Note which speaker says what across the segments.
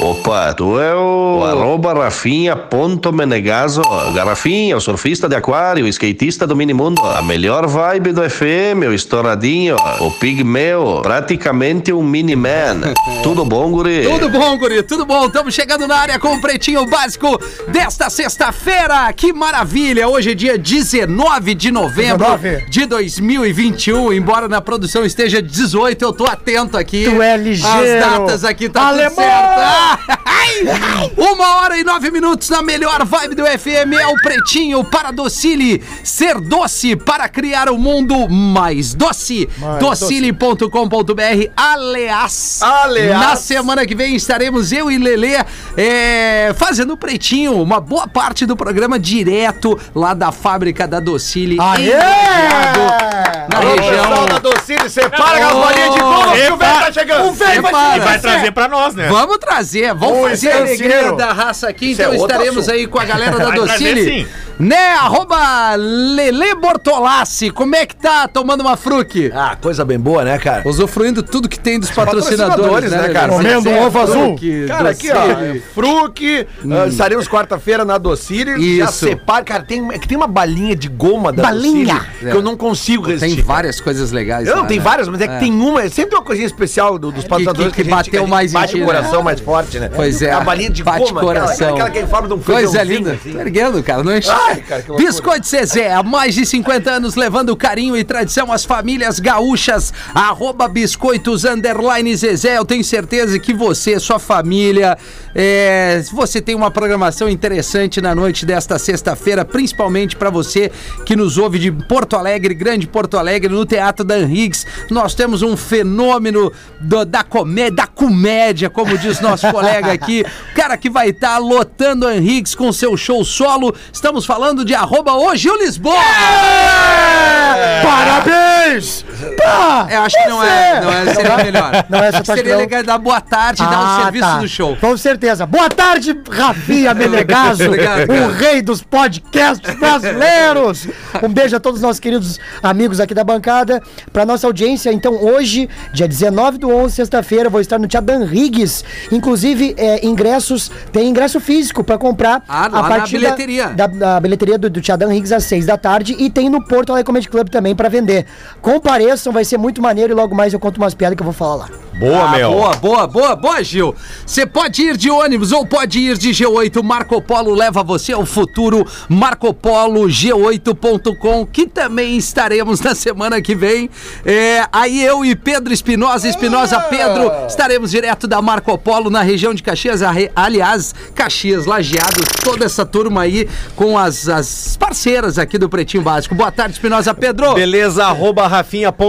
Speaker 1: Opa, tu é o, o arroba Rafinha ponto Menegazo. Garrafinha, o surfista de aquário, o skatista do minimundo. A melhor vibe do FM, o estouradinho, o pigmeu, praticamente um mini-man. Tudo bom, guri?
Speaker 2: Tudo bom, guri, tudo bom. Estamos chegando na área com o Pretinho Básico desta sexta-feira. Que maravilha. Hoje é dia 19 de novembro
Speaker 3: 19.
Speaker 2: de 2021. Embora na produção esteja 18, eu tô atento aqui.
Speaker 3: Tu é ligeiro.
Speaker 2: As datas aqui tá
Speaker 3: Alemão!
Speaker 2: tudo certo. Ai! Uma hora e nove minutos na melhor vibe do FM é o Pretinho para Docile. Ser doce para criar o mundo mais doce.
Speaker 3: Mais
Speaker 2: Docile.com.br. Aliás,
Speaker 3: Aliás.
Speaker 2: na semana que vem estaremos eu e Lelê é, fazendo o Pretinho, uma boa parte do programa direto lá da fábrica da Docile. em
Speaker 3: Aê!
Speaker 2: Lajeado, Na
Speaker 3: Alô,
Speaker 2: região.
Speaker 3: pessoal da Docile, separa com as bolinhas de couro que o velho tá chegando. O velho vai
Speaker 2: Separa.
Speaker 3: chegar.
Speaker 4: E vai trazer pra nós,
Speaker 5: É.
Speaker 4: né?
Speaker 2: Vamos trazer, vamos
Speaker 3: Ô,
Speaker 2: fazer a alegria
Speaker 3: Escanceiro.
Speaker 2: da raça aqui.
Speaker 3: Isso
Speaker 2: Então
Speaker 3: é outro
Speaker 2: estaremos
Speaker 3: assunto.
Speaker 2: aí com a galera da
Speaker 4: Vai trazer,
Speaker 2: Docile.
Speaker 4: sim.
Speaker 2: Né, arroba Lele Bortolassi, como é que tá tomando uma fruque?
Speaker 5: Ah, coisa bem boa, né, cara?
Speaker 2: Usufruindo tudo que tem dos
Speaker 5: patrocinadores, né, cara?
Speaker 3: Comendo um ovo azul.
Speaker 5: Cara, aqui, ó, Fruc, ah, estaremos quarta-feira na Docile. Já
Speaker 2: Hum. Isso.
Speaker 5: separa, cara, tem, é que tem uma balinha de goma da
Speaker 2: Balinha.
Speaker 5: Docile que eu não consigo resistir.
Speaker 2: Tem várias coisas legais.
Speaker 5: Eu não,
Speaker 2: lá,
Speaker 5: tem
Speaker 2: né? É
Speaker 5: várias, mas é que tem uma, sempre tem uma coisinha especial do- dos patrocinadores
Speaker 2: que- que
Speaker 5: a gente-
Speaker 2: bateu
Speaker 5: a gente
Speaker 2: mais em
Speaker 5: bate
Speaker 2: ti, né?
Speaker 5: o coração mais forte, né?
Speaker 2: Pois é.
Speaker 5: A balinha de
Speaker 2: bate
Speaker 5: goma, aquela-
Speaker 2: coração.
Speaker 5: aquela que é em forma de um
Speaker 2: Coisa
Speaker 5: feijãozinho,
Speaker 2: linda.
Speaker 5: assim.
Speaker 2: Tá erguendo, cara, não enche.
Speaker 5: Ai, cara, que loucura.
Speaker 2: Biscoito Zezé, há mais de 50 anos levando carinho e tradição às famílias gaúchas. Arroba biscoitos underline Zezé. Eu tenho certeza que você, sua família, é, você tem uma programação interessante na noite desta sexta-feira, principalmente pra você que nos ouve de Porto Alegre, Grande Porto Alegre, no Teatro Dan Higgs. Nós temos um fenômeno do- da, comé, da comédia, como diz nosso colega aqui. Cara que vai estar lotando a Higgs com seu show solo. Estamos falando de arroba o Gil Lisboa.
Speaker 3: É! Parabéns! Pá!
Speaker 2: Eu acho que não é, não é, seria melhor.
Speaker 3: Não é essa parte,
Speaker 2: Seria
Speaker 3: não.
Speaker 2: legal dar boa tarde e dar o
Speaker 3: Ah,
Speaker 2: serviço
Speaker 3: tá.
Speaker 2: do show.
Speaker 3: Com certeza. Boa tarde, Rafinha Menegaso,
Speaker 2: Obrigado, cara.
Speaker 3: o rei dos podcasts brasileiros. Um beijo a todos os nossos queridos amigos aqui da bancada. Para nossa audiência, então, hoje, dia 19 do 11, sexta-feira, eu vou estar no Tchadan Riggs. Inclusive, é, ingressos, tem ingresso físico para comprar
Speaker 2: Ah, lá na
Speaker 3: da-
Speaker 2: bilheteria.
Speaker 3: Da, da bilheteria do, do Tchadan Riggs às 6 da tarde e tem no Porto Alegre Comedy Club também para vender. Compareçam, vai ser muito maneiro e logo mais eu conto umas piadas que eu vou falar lá.
Speaker 4: Boa,
Speaker 2: Ah,
Speaker 4: meu.
Speaker 2: Boa, boa, boa, boa, Gil. Você pode ir de ônibus ou pode ir de G8. Marco Polo leva você ao futuro. MarcoPoloG8.com, que também estaremos na semana que vem. É, aí eu e Pedro Espinosa, Espinosa Pedro, estaremos direto da Marco Polo na região de Caxias. Arre- Aliás, Caxias, Lajeado, toda essa turma aí com as, as parceiras aqui do Pretinho Básico. Boa tarde, Espinosa Pedro.
Speaker 6: Beleza, arroba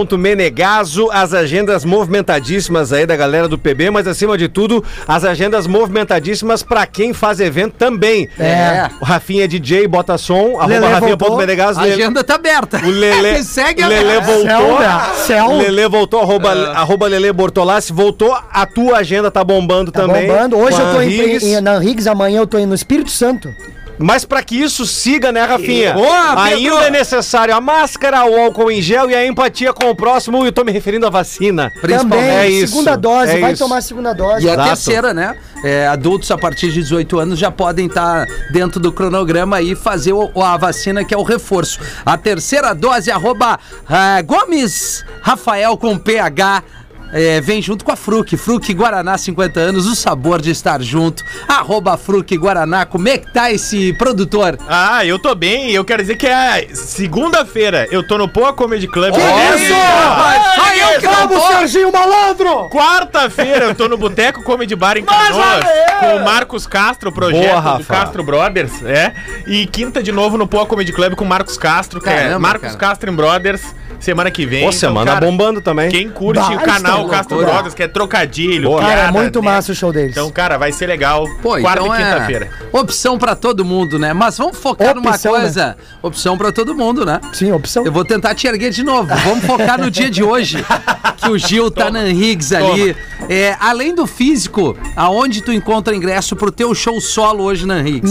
Speaker 6: rafinha.menegaso, as agendas movimentadíssimas aí da galera do PB, mas acima de tudo, as agendas movimentadíssimas pra quem faz evento também.
Speaker 2: É.
Speaker 6: O Rafinha é DJ, bota som,
Speaker 3: Lelê
Speaker 6: arroba
Speaker 3: voltou.
Speaker 6: rafinha.menegaso.
Speaker 2: A agenda tá aberta.
Speaker 6: O Lelê,
Speaker 2: Segue a
Speaker 6: Lelê voltou.
Speaker 3: Selda, Selda.
Speaker 6: Lelê voltou, arroba, arroba Lelê Bortolassi, voltou. A tua agenda tá bombando
Speaker 3: Tá
Speaker 6: também.
Speaker 3: bombando. Hoje
Speaker 6: com
Speaker 3: eu tô
Speaker 6: a
Speaker 3: em,
Speaker 6: Riggs.
Speaker 3: em, na Riggs, amanhã eu tô indo no Espírito Santo.
Speaker 6: Mas pra que isso siga, né, Rafinha?
Speaker 2: Boa, Pedro!
Speaker 6: Ainda é necessário a máscara, o álcool em gel e a empatia com o próximo. E eu tô me referindo à vacina.
Speaker 2: Principalmente.
Speaker 6: É isso,
Speaker 3: segunda dose,
Speaker 6: é
Speaker 3: vai
Speaker 6: isso.
Speaker 3: tomar a segunda dose.
Speaker 2: E a
Speaker 6: Exato.
Speaker 2: terceira, né? É, adultos a partir de 18 anos já podem estar dentro do cronograma e fazer o- a vacina que é o reforço. A terceira dose, arroba ah, Gomes Rafael com PH. é, vem junto com a Fruc, Fruc Guaraná 50 anos, o sabor de estar junto. Arroba Fruc Guaraná, como é que tá esse produtor?
Speaker 4: Ah, eu tô bem. Eu quero dizer que é segunda-feira. Eu tô no Poa Comedy Club.
Speaker 2: Olha, rapaz! Só eu que não tô.
Speaker 3: Serginho Malandro!
Speaker 4: Quarta-feira eu tô no Boteco Comedy Bar em Canoas com o Marcos Castro, o projeto
Speaker 6: Boa,
Speaker 4: do
Speaker 6: Rafa.
Speaker 4: Castro Brothers, é. E quinta de novo no Poa Comedy Club com o Marcos Castro, que é
Speaker 2: Caramba,
Speaker 4: Marcos
Speaker 2: cara.
Speaker 4: Castro em Brothers, semana que vem. Então,
Speaker 6: Ô, semana
Speaker 4: cara,
Speaker 6: bombando também.
Speaker 4: Quem curte
Speaker 3: Bah,
Speaker 4: o
Speaker 3: isso é
Speaker 4: canal
Speaker 3: loucura.
Speaker 4: Castro Brothers, que é trocadilho,
Speaker 6: Boa.
Speaker 3: Cara, é
Speaker 4: piada,
Speaker 3: muito
Speaker 4: né?
Speaker 3: massa o show deles.
Speaker 4: Então, cara, vai ser legal.
Speaker 2: Pô,
Speaker 4: Quarta
Speaker 2: então
Speaker 4: e quinta-feira.
Speaker 2: é opção pra todo mundo, né? Mas vamos focar numa
Speaker 3: Opção, né?
Speaker 2: coisa. Opção pra todo mundo, né?
Speaker 3: Sim, opção.
Speaker 2: Eu vou tentar te erguer de novo. Vamos focar no dia de hoje. Que o Gil tá na Higgs ali. É, além do físico, aonde tu encontra ingresso pro teu show solo hoje na Riggs?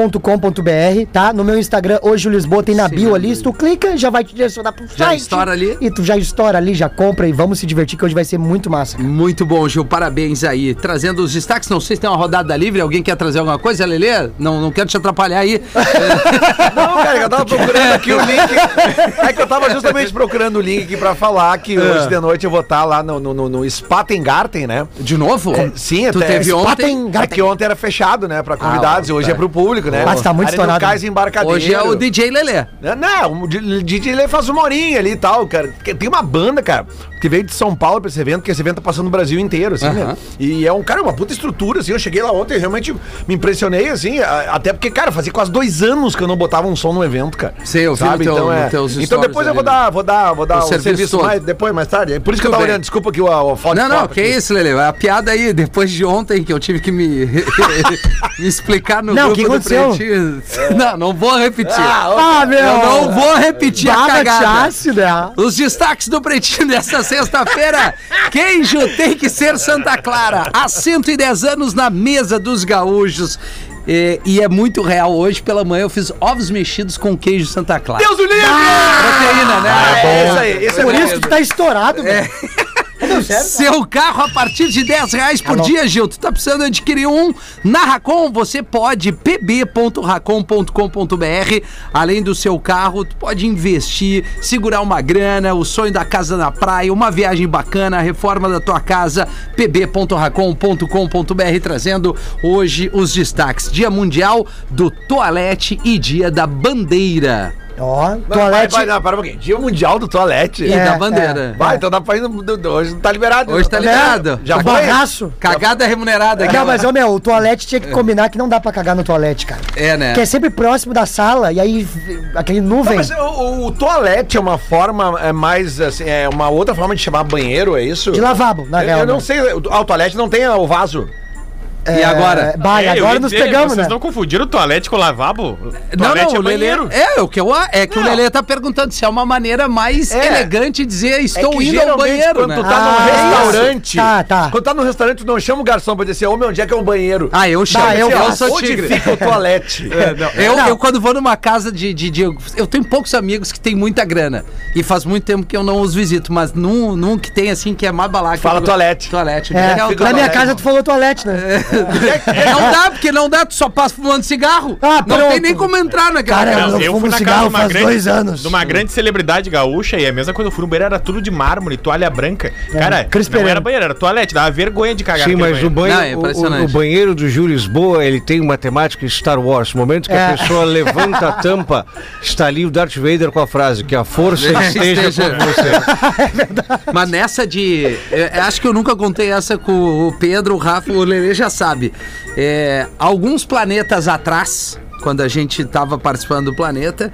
Speaker 3: minhaentrada.com.br, tá? No meu Instagram, hoje o Lisboa tem na
Speaker 2: Sim,
Speaker 3: bio
Speaker 2: meu
Speaker 3: ali.
Speaker 2: Deus.
Speaker 3: Se tu clica, já vai te direcionar pro
Speaker 2: Já
Speaker 3: site.
Speaker 2: estoura ali.
Speaker 3: E tu já estoura ali, já compra e vamos se divertir que hoje vai ser muito massa. cara.
Speaker 2: Muito bom, Gil. Parabéns aí. Trazendo os destaques. Não sei se tem uma rodada livre. Alguém quer trazer alguma coisa, Lelê? Não, não quero te atrapalhar aí.
Speaker 5: Não, cara, é eu tava procurando aqui o link. É que eu tava justamente procurando o link aqui pra falar
Speaker 4: É.
Speaker 5: que hoje de noite eu vou estar lá no, no, no, no Spatengarten, né?
Speaker 2: De novo?
Speaker 5: Sim,
Speaker 2: Tu
Speaker 5: até
Speaker 2: teve ontem?
Speaker 5: É que ontem era fechado, né, pra convidados, e hoje é pro público, né?
Speaker 3: Mas tá muito
Speaker 5: Arena
Speaker 3: estourado,
Speaker 5: Cais Embarcadeiro.
Speaker 2: Hoje é o DJ Lelê.
Speaker 5: Não, Não, o DJ ele faz uma horinha ali e tal, cara. Porque Tem uma banda, cara, que veio de São Paulo pra esse evento, que esse evento tá passando no Brasil inteiro, assim, né?
Speaker 2: Aham.
Speaker 5: E é um, cara, uma puta estrutura, assim. Eu cheguei lá ontem e realmente me impressionei, assim. a- Até porque, cara, fazia quase dois anos que eu não botava um som no evento, cara.
Speaker 2: Sim, eu vi no teu-
Speaker 5: então, é.
Speaker 2: nos teus
Speaker 5: então depois
Speaker 2: stories
Speaker 5: eu vou
Speaker 2: ali, né?
Speaker 5: dar, vou dar, vou dar
Speaker 2: O
Speaker 5: o
Speaker 2: serviço
Speaker 5: serviço,
Speaker 2: todo.
Speaker 5: mais, depois, mais tarde. É Por isso que eu
Speaker 2: Tudo
Speaker 5: tava
Speaker 2: bem.
Speaker 5: olhando, desculpa que o, o Fox
Speaker 2: Não, não,
Speaker 5: Pop
Speaker 2: que
Speaker 5: aqui.
Speaker 2: isso, Lelê. A piada aí, depois de ontem que eu tive que me, me explicar no
Speaker 3: Não,
Speaker 2: grupo
Speaker 3: que
Speaker 2: do
Speaker 3: aconteceu?
Speaker 2: Pretinho. Não, não vou repetir.
Speaker 3: Ah, meu!
Speaker 2: eu não vou repetir a
Speaker 3: Baba
Speaker 2: cagada.
Speaker 3: chasse, né?
Speaker 2: Os destaques do Pretinho desta sexta-feira. Queijo tem que ser Santa Clara. Há 110 anos na mesa dos gaúchos. E, e é muito real. Hoje pela manhã eu fiz ovos mexidos com queijo Santa Clara.
Speaker 5: Deus o livre!
Speaker 2: Proteína, né?
Speaker 5: é isso aí, esse é
Speaker 3: Por
Speaker 5: bom.
Speaker 3: isso que tu tá estourado, velho.
Speaker 2: Seu carro a partir de 10 reais por
Speaker 3: É Ah, não.
Speaker 2: dia, Gil. Tu tá precisando adquirir um? Na Racon você pode, pb.racon.com.br. Além do seu carro, tu pode investir, segurar uma grana, o sonho da casa na praia, uma viagem bacana, a reforma da tua casa, pb.racon.com.br, trazendo hoje os destaques. Dia Mundial do Toalete e Dia da Bandeira.
Speaker 3: Ó,
Speaker 5: Vai,
Speaker 3: toalete.
Speaker 5: vai, não, para um pouquinho. Dia Mundial do Toalete.
Speaker 2: E
Speaker 3: É,
Speaker 2: da Bandeira.
Speaker 5: Vai, então dá pra ir no- do- do- hoje não tá liberado.
Speaker 2: Hoje tá liberado.
Speaker 5: Já
Speaker 3: o
Speaker 5: foi?
Speaker 3: barraço.
Speaker 2: Cagada remunerada.
Speaker 3: é. Não,
Speaker 2: aquela.
Speaker 3: mas, ô, meu, o toalete tinha que combinar que não dá pra cagar no toalete, cara.
Speaker 2: É, né?
Speaker 3: Que é sempre próximo da sala, e aí v- aquele
Speaker 5: Não,
Speaker 3: nuvem.
Speaker 5: mas o, o- o toalete é uma forma é mais assim, é uma outra forma de chamar banheiro, é isso?
Speaker 3: De lavabo, na
Speaker 5: Eu,
Speaker 3: real,
Speaker 5: eu não
Speaker 3: né?
Speaker 5: sei, o, ah, o toalete não tem ah, o vaso.
Speaker 2: E agora?
Speaker 3: É, bah, e
Speaker 4: É, eu
Speaker 3: agora
Speaker 4: ia
Speaker 3: nos
Speaker 4: dizer,
Speaker 3: pegamos,
Speaker 4: Vocês
Speaker 3: né?
Speaker 4: não confundiram o toalete com o lavabo?
Speaker 2: Não,
Speaker 4: Toalete
Speaker 2: não,
Speaker 4: é
Speaker 2: o Lelê.
Speaker 4: banheiro.
Speaker 2: É, o que eu, a- é que o
Speaker 5: Não.
Speaker 2: Lelê tá perguntando se é uma maneira mais
Speaker 5: É.
Speaker 2: elegante de dizer estou
Speaker 5: que
Speaker 2: indo ao
Speaker 5: geralmente
Speaker 2: banheiro,
Speaker 5: quando
Speaker 2: né?
Speaker 5: tu tá
Speaker 3: Ah, é
Speaker 5: num
Speaker 3: isso.
Speaker 5: restaurante.
Speaker 3: Tá, tá.
Speaker 5: Quando tá num restaurante, tu não chama o garçom pra dizer, ô meu, onde é que é um banheiro?
Speaker 2: Ah, eu chamo,
Speaker 3: Bah,
Speaker 2: eu,
Speaker 3: eu
Speaker 5: Assim, ó,
Speaker 2: sou
Speaker 5: onde
Speaker 2: tigre.
Speaker 5: fica o toalete?
Speaker 2: Eu,
Speaker 3: Não.
Speaker 2: eu quando vou numa casa de, de, de- Eu tenho poucos amigos que têm muita grana. E faz muito tempo que eu não os visito, mas num, num que tem assim que é mais balaca.
Speaker 5: Fala
Speaker 2: eu-
Speaker 5: toalete.
Speaker 2: Toalete.
Speaker 3: É,
Speaker 2: legal,
Speaker 3: na minha
Speaker 2: toalete.
Speaker 3: casa tu falou toalete, né?
Speaker 2: Não dá, porque não dá, tu só passa fumando cigarro.
Speaker 3: Ah,
Speaker 2: não
Speaker 3: pronto.
Speaker 2: tem nem como entrar naquela
Speaker 3: Cara,
Speaker 2: casa.
Speaker 3: eu fumo
Speaker 4: fui na
Speaker 3: cigarro
Speaker 4: casa de uma
Speaker 3: faz dois anos.
Speaker 4: De uma grande celebridade gaúcha, e a mesma coisa, eu fui no banheiro, era tudo de mármore, toalha branca. Cara,
Speaker 3: Cris
Speaker 4: não
Speaker 3: Pereira.
Speaker 4: era banheiro, era toalete, dava vergonha de cagar
Speaker 6: Sim,
Speaker 4: naquele
Speaker 6: mas o
Speaker 4: banheiro.
Speaker 6: banheiro,
Speaker 2: Não, é impressionante.
Speaker 6: o, o banheiro do Júlio Lisboa, ele tem uma temática Star Wars. No momento que
Speaker 3: É.
Speaker 6: a pessoa levanta a tampa, está ali o Darth Vader com a frase que a força esteja,
Speaker 2: Esteja.
Speaker 6: com você.
Speaker 2: Mas nessa de. é, acho que eu nunca contei essa com o Pedro, o Rafa, o Lelê já sabe. É, alguns planetas atrás, quando a gente tava participando do planeta,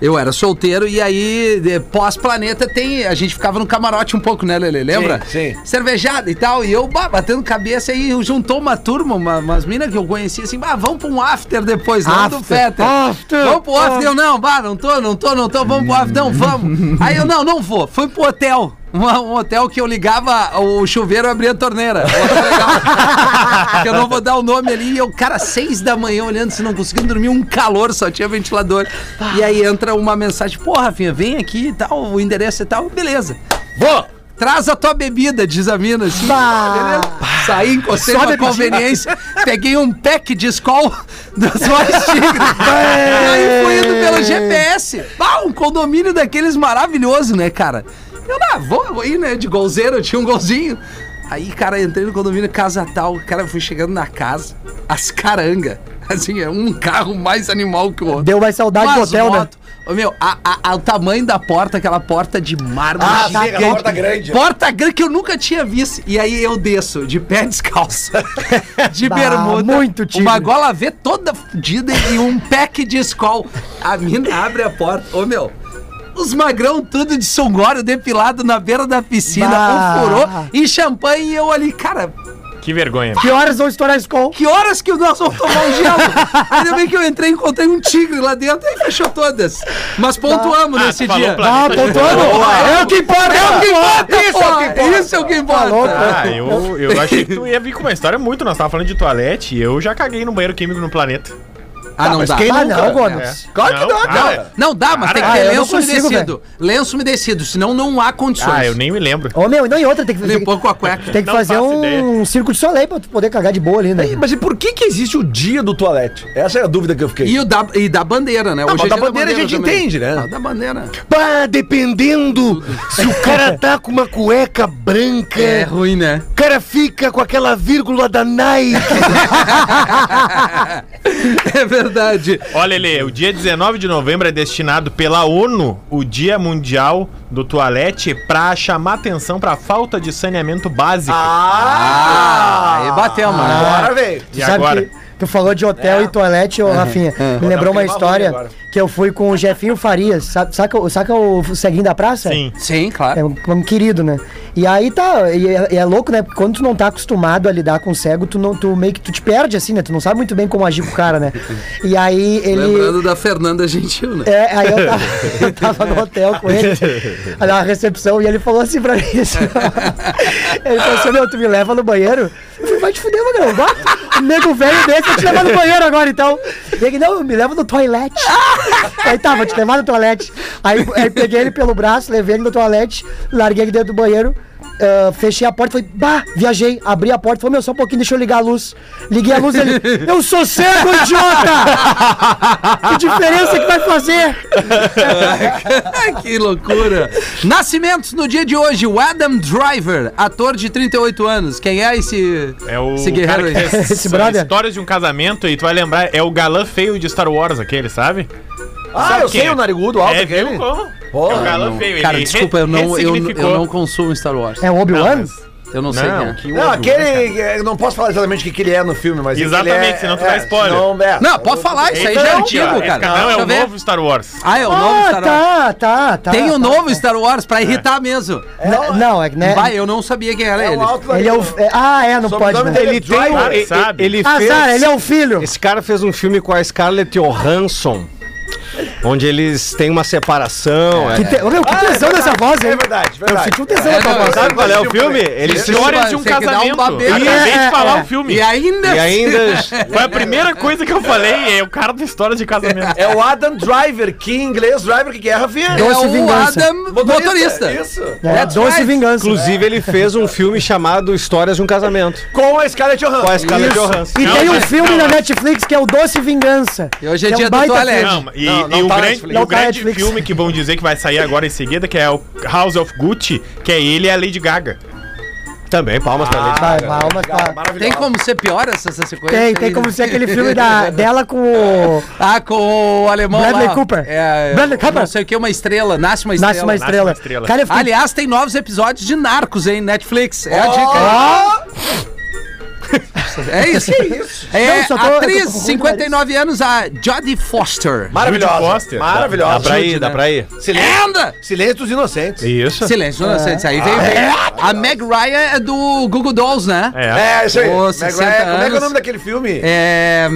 Speaker 2: eu era solteiro e aí, de- pós-planeta, tem. A gente ficava no camarote um pouco, né, Lelê? Lembra?
Speaker 5: Sim, sim.
Speaker 2: Cervejada e tal. E eu bah, batendo cabeça e juntou uma turma, uma- umas minas que eu conhecia assim, bah, vamos pra um after depois, não do
Speaker 3: After,
Speaker 2: Fetter.
Speaker 3: after,
Speaker 2: vamos pro after, eu não, bah, não tô, não tô, não tô, vamos pro after, não, vamos. Aí eu, não, não vou. Fui pro hotel. Uma- um hotel que eu ligava o chuveiro e abria a torneira. Outro legal. um que eu não vou dar o nome ali. E eu, cara, seis da manhã olhando, se não conseguindo dormir, um calor, só tinha ventilador. E aí entra uma mensagem, pô, Rafinha, vem aqui e tal, o endereço e tal, beleza.
Speaker 5: Vou!
Speaker 2: Traz a tua bebida, diz a mina. Assim,
Speaker 3: Bah.
Speaker 2: Beleza? Saí, encostei
Speaker 3: Só
Speaker 2: numa
Speaker 3: bebidinha.
Speaker 2: conveniência, peguei um pack de Skol das Voz Tigre. aí fui indo pelo GPS. Ah, um condomínio daqueles maravilhoso, né, cara? Eu lá, vou, vou ir, né, de golzeiro, eu tinha um golzinho. Aí, cara, entrei no condomínio Casa Tal, cara, fui chegando na casa, as caranga. Assim, é um carro mais animal que o outro.
Speaker 3: Deu mais saudade do
Speaker 2: Mas
Speaker 3: hotel, né?
Speaker 2: moto- Ô, meu, a- a- a- o tamanho da porta, aquela porta de mármore
Speaker 5: Ah,
Speaker 3: tá,
Speaker 2: gigante.
Speaker 5: sim, aquela porta grande.
Speaker 2: Porta grande que eu nunca tinha visto. E aí eu desço de pé descalço, de
Speaker 3: Bah,
Speaker 2: bermuda,
Speaker 3: muito tigre.
Speaker 2: uma gola V toda fudida e um pack de escol. A mina abre a porta. Ô, meu... Os magrão tudo de songório, depilado na beira da piscina,
Speaker 3: Bah.
Speaker 2: um furou e champanhe. E eu ali, cara,
Speaker 4: Que vergonha.
Speaker 3: Que horas vão estourar a escola?
Speaker 2: Que horas que nós vamos tomar um gelo? Ainda bem que eu entrei e encontrei um tigre lá dentro e fechou todas. Mas pontuamos
Speaker 4: Ah,
Speaker 2: nesse
Speaker 4: tu falou
Speaker 2: dia.
Speaker 4: pra-
Speaker 3: Ah, pontuando? É o que importa!
Speaker 2: É o que importa,
Speaker 3: Isso é o
Speaker 2: pô!
Speaker 3: que importa.
Speaker 2: Isso é o que
Speaker 3: Falou,
Speaker 2: importa!
Speaker 3: cara.
Speaker 4: Ah, eu, eu achei que tu ia vir com uma história muito. Nós tava falando de toalete e eu já caguei no banheiro químico no planeta.
Speaker 2: Ah, não dá.
Speaker 3: Ah,
Speaker 4: É.
Speaker 3: não, Gomes.
Speaker 5: Claro que não, cara.
Speaker 2: Não dá, mas tem que
Speaker 3: Ah,
Speaker 2: ter
Speaker 3: eu
Speaker 2: lenço
Speaker 3: não consigo,
Speaker 2: umedecido. Lenço umedecido, senão não há condições.
Speaker 4: Ah, eu nem me lembro.
Speaker 3: Ô, meu, não, e outra, tem que, tem,
Speaker 2: Limpou com a cueca.
Speaker 3: tem que
Speaker 4: Não
Speaker 3: fazer
Speaker 4: faço ideia.
Speaker 3: um circo de soleil pra tu poder cagar de boa ali, né?
Speaker 5: Mas e por que que existe o dia do toalete? Essa é a dúvida que eu fiquei.
Speaker 2: E, o da, e da bandeira, né?
Speaker 5: Não, mas
Speaker 2: é
Speaker 5: da
Speaker 2: dia
Speaker 5: bandeira a gente entende, né?
Speaker 2: Ah, da bandeira.
Speaker 7: Pá, dependendo se o cara tá com uma cueca branca,
Speaker 2: É ruim, né?
Speaker 7: o cara fica com aquela vírgula da Nike.
Speaker 2: É verdade.
Speaker 4: Olha, Lele, o dia 19 de novembro é destinado pela ONU, o Dia Mundial do Toalete, pra chamar atenção pra falta de saneamento básico.
Speaker 2: Ah, e bateu, mano.
Speaker 5: Ah, Agora, velho.
Speaker 4: e agora? Tá
Speaker 3: que tu falou de hotel e toalete, ô Rafinha. Me
Speaker 5: Botar
Speaker 3: lembrou
Speaker 5: um
Speaker 3: uma
Speaker 5: clima ruim
Speaker 3: história
Speaker 5: agora.
Speaker 3: que eu fui com o Jefinho Farias. Sabe- Saca, o- saca o ceguinho da praça?
Speaker 4: Sim.
Speaker 2: Sim,
Speaker 3: É
Speaker 2: claro.
Speaker 3: um, um querido, né? E aí tá, e é, e é louco, né? Porque quando tu não tá acostumado a lidar com cego, tu, não, tu meio que tu te perde, assim, né? Tu não sabe muito bem como agir com o cara, né? E aí ele.
Speaker 2: Lembrando da Fernanda Gentil, né?
Speaker 3: É, aí eu tava, eu tava no hotel com ele, ali na recepção, e ele falou assim pra mim, assim, ó. ele falou assim, meu, tu me leva no banheiro? Eu falei, vai te fuder, Magrão, bota um nego velho desse, eu te levar no banheiro agora, então. E ele, não, me leva no toilette. Aí tá, vou te levar no toilette. Aí, aí peguei ele pelo braço, levei ele no toilette, larguei ele dentro do banheiro, ah, fechei a porta, falei, bah, viajei, abri a porta, falei, meu, só um pouquinho, deixa eu ligar a luz. Liguei a luz, ele, eu sou cego, idiota! Que diferença que vai fazer?
Speaker 2: que loucura! Nascimentos no dia de hoje, o Adam Driver, ator de 38 anos. Quem é esse,
Speaker 4: É o
Speaker 2: esse guerreiro aí?
Speaker 4: cara que fez
Speaker 3: Esse brother?
Speaker 4: histórias de um casamento e tu vai lembrar, é o galã feio de Star Wars aquele, sabe?
Speaker 5: Ah,
Speaker 4: Sabe
Speaker 5: eu
Speaker 4: quem
Speaker 5: sei
Speaker 4: é?
Speaker 5: o narigudo alto
Speaker 4: é,
Speaker 5: aquele.
Speaker 4: viu como?
Speaker 5: Porra,
Speaker 4: é o galã
Speaker 2: Não,
Speaker 4: feio.
Speaker 2: Cara,
Speaker 4: ele
Speaker 2: desculpa, eu
Speaker 4: re-
Speaker 2: não, eu,
Speaker 4: ressignificou.
Speaker 2: eu não consumo Star Wars.
Speaker 3: É o Obi-Wan?
Speaker 2: Eu não, sei quem
Speaker 4: Não,
Speaker 2: é.
Speaker 4: que
Speaker 5: Não,
Speaker 4: ódio, né, cara?
Speaker 5: aquele. Eu não posso falar exatamente o que, que ele é no filme, mas. é que ele
Speaker 4: Exatamente,
Speaker 5: é-
Speaker 4: senão tu dá
Speaker 5: é,
Speaker 4: spoiler.
Speaker 5: senão, é.
Speaker 2: Não, pode falar, isso aí já é
Speaker 4: Então,
Speaker 2: antigo,
Speaker 4: ó, esse
Speaker 2: cara.
Speaker 4: canal
Speaker 2: Deixa
Speaker 4: é
Speaker 2: eu
Speaker 4: o
Speaker 2: ver.
Speaker 4: novo Star Wars.
Speaker 2: Ah, é o novo
Speaker 3: Ah,
Speaker 2: Star Wars.
Speaker 3: tá, tá, tá.
Speaker 2: Tem o
Speaker 3: tá.
Speaker 2: novo Star Wars
Speaker 4: É.
Speaker 2: pra irritar mesmo.
Speaker 3: Não, não, é que né?
Speaker 2: Vai, eu não sabia quem era
Speaker 5: É
Speaker 2: ele.
Speaker 5: um alto
Speaker 3: Ele é o. é- ah, é, não
Speaker 5: Sobrenome
Speaker 3: pode. Né?
Speaker 5: dele
Speaker 6: Ele tem um-
Speaker 4: Driver,
Speaker 6: ele-
Speaker 4: sabe?
Speaker 6: Ele fez...
Speaker 3: Azar, ele é o filho.
Speaker 6: Esse cara fez um filme com a Scarlett Johansson, onde eles têm uma separação. é.
Speaker 3: Que te... Ô, meu, que tesão nessa voz, hein?
Speaker 5: É verdade,
Speaker 3: Eu
Speaker 5: verdade.
Speaker 3: senti um tesão
Speaker 2: É,
Speaker 3: nessa
Speaker 2: não,
Speaker 3: voz.
Speaker 6: Sabe qual é o filme? Eles
Speaker 2: Esse-
Speaker 6: tinham...
Speaker 2: vai-
Speaker 4: Histórias de um
Speaker 2: tem que dar um
Speaker 4: casamento.
Speaker 2: babê.
Speaker 4: Acabei
Speaker 3: É,
Speaker 4: de falar
Speaker 3: é.
Speaker 4: o filme.
Speaker 2: E ainda.
Speaker 6: E ainda...
Speaker 4: Foi a primeira coisa que eu falei, é o cara da história de casamento.
Speaker 5: É o Adam Driver, que em inglês, driver, que guerra, filho.
Speaker 2: É
Speaker 3: Doce
Speaker 2: o
Speaker 3: Vingança.
Speaker 2: Adam motorista.
Speaker 5: Motorista. Isso.
Speaker 3: É, doce
Speaker 2: right.
Speaker 3: vingança.
Speaker 6: Inclusive, ele fez um filme chamado Histórias de um Casamento.
Speaker 5: Com a Scarlett
Speaker 6: Com a
Speaker 5: Johansson.
Speaker 6: Scarlett Johansson.
Speaker 3: E
Speaker 4: Não,
Speaker 3: tem um
Speaker 4: mas-
Speaker 3: filme
Speaker 4: não,
Speaker 3: na
Speaker 4: mas-
Speaker 3: Netflix que é o Doce Vingança.
Speaker 2: E hoje é
Speaker 3: que um
Speaker 2: dia do
Speaker 3: baita
Speaker 2: toalete.
Speaker 3: filme.
Speaker 4: Não, e,
Speaker 5: Não, não
Speaker 4: e o
Speaker 5: tá
Speaker 4: grande,
Speaker 5: Netflix.
Speaker 4: e o
Speaker 3: Não tá
Speaker 4: grande
Speaker 3: Netflix.
Speaker 4: filme que vão dizer que vai sair agora em seguida, que é o House of Gucci, que é ele e a Lady Gaga. Ah.
Speaker 6: Também, palmas pra ele.
Speaker 3: Vai, vai, alma pra...
Speaker 5: Maravilhoso.
Speaker 2: Tem como ser pior essa, essa sequência?
Speaker 3: Tem,
Speaker 2: aí,
Speaker 3: tem como
Speaker 2: né?
Speaker 3: ser aquele filme da, dela com o.
Speaker 2: Ah, com o alemão
Speaker 3: Bradley
Speaker 2: lá.
Speaker 3: Cooper.
Speaker 2: É,
Speaker 3: Bradley Cooper.
Speaker 2: Não sei o que, uma estrela. Nasce uma estrela.
Speaker 3: Nasce uma estrela.
Speaker 4: uma estrela.
Speaker 3: Cara, eu fiquei-
Speaker 2: Aliás, tem novos episódios de Narcos, hein? Netflix. É a
Speaker 3: Oh!
Speaker 2: dica.
Speaker 5: Ah!
Speaker 3: Ó,
Speaker 2: É isso. É isso. É,
Speaker 3: Não, só tô- eu
Speaker 2: atriz,
Speaker 3: tô com
Speaker 2: 59 anos, a Jodie Foster.
Speaker 4: Judy
Speaker 5: Maravilhosa.
Speaker 4: Foster.
Speaker 6: Dá
Speaker 5: Maravilhosa. né?
Speaker 6: pra ir, dá pra ir.
Speaker 5: Silêncio,
Speaker 2: Anda!
Speaker 5: Silêncio dos Inocentes.
Speaker 4: Isso.
Speaker 2: Silêncio, não sei. Aí veio. A Meg Ryan é do Google Dolls, né?
Speaker 4: É.
Speaker 5: É, isso aí.
Speaker 2: Ô,
Speaker 5: Como é,
Speaker 2: 60
Speaker 5: que é- como é que é o
Speaker 2: anos.
Speaker 5: nome daquele filme?
Speaker 2: É.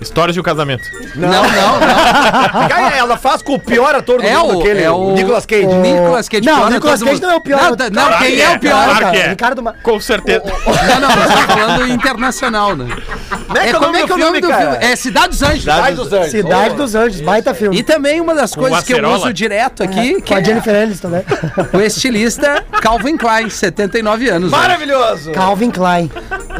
Speaker 4: Histórias de um casamento.
Speaker 2: Não, não, não.
Speaker 5: Cara, Ela faz com o pior ator do
Speaker 2: É
Speaker 5: mundo,
Speaker 2: o-
Speaker 5: aquele,
Speaker 2: é o-
Speaker 5: Nicolas Cage.
Speaker 2: O Nicolas Cage.
Speaker 3: Não,
Speaker 2: pior
Speaker 3: o Nicolas
Speaker 2: ator do
Speaker 3: Cage
Speaker 2: mundo.
Speaker 3: não é o pior
Speaker 2: Não,
Speaker 3: ator.
Speaker 2: não, quem é o pior?
Speaker 4: Claro que é.
Speaker 3: Ricardo Ma...
Speaker 4: Com certeza.
Speaker 2: Não, não, mas tá falando internacional, né?
Speaker 5: Como
Speaker 2: É, como é que é o nome do filme? É Cidade dos Anjos.
Speaker 5: Cidade dos Anjos.
Speaker 3: Cidade dos Anjos, baita filme.
Speaker 2: oh. E também uma das coisas que eu
Speaker 4: acerola.
Speaker 2: uso direto aqui, que
Speaker 3: Com a
Speaker 2: é
Speaker 3: Jennifer Aniston, né?
Speaker 2: o estilista Calvin Klein, 79 anos. né?
Speaker 5: Maravilhoso.
Speaker 3: Calvin Klein.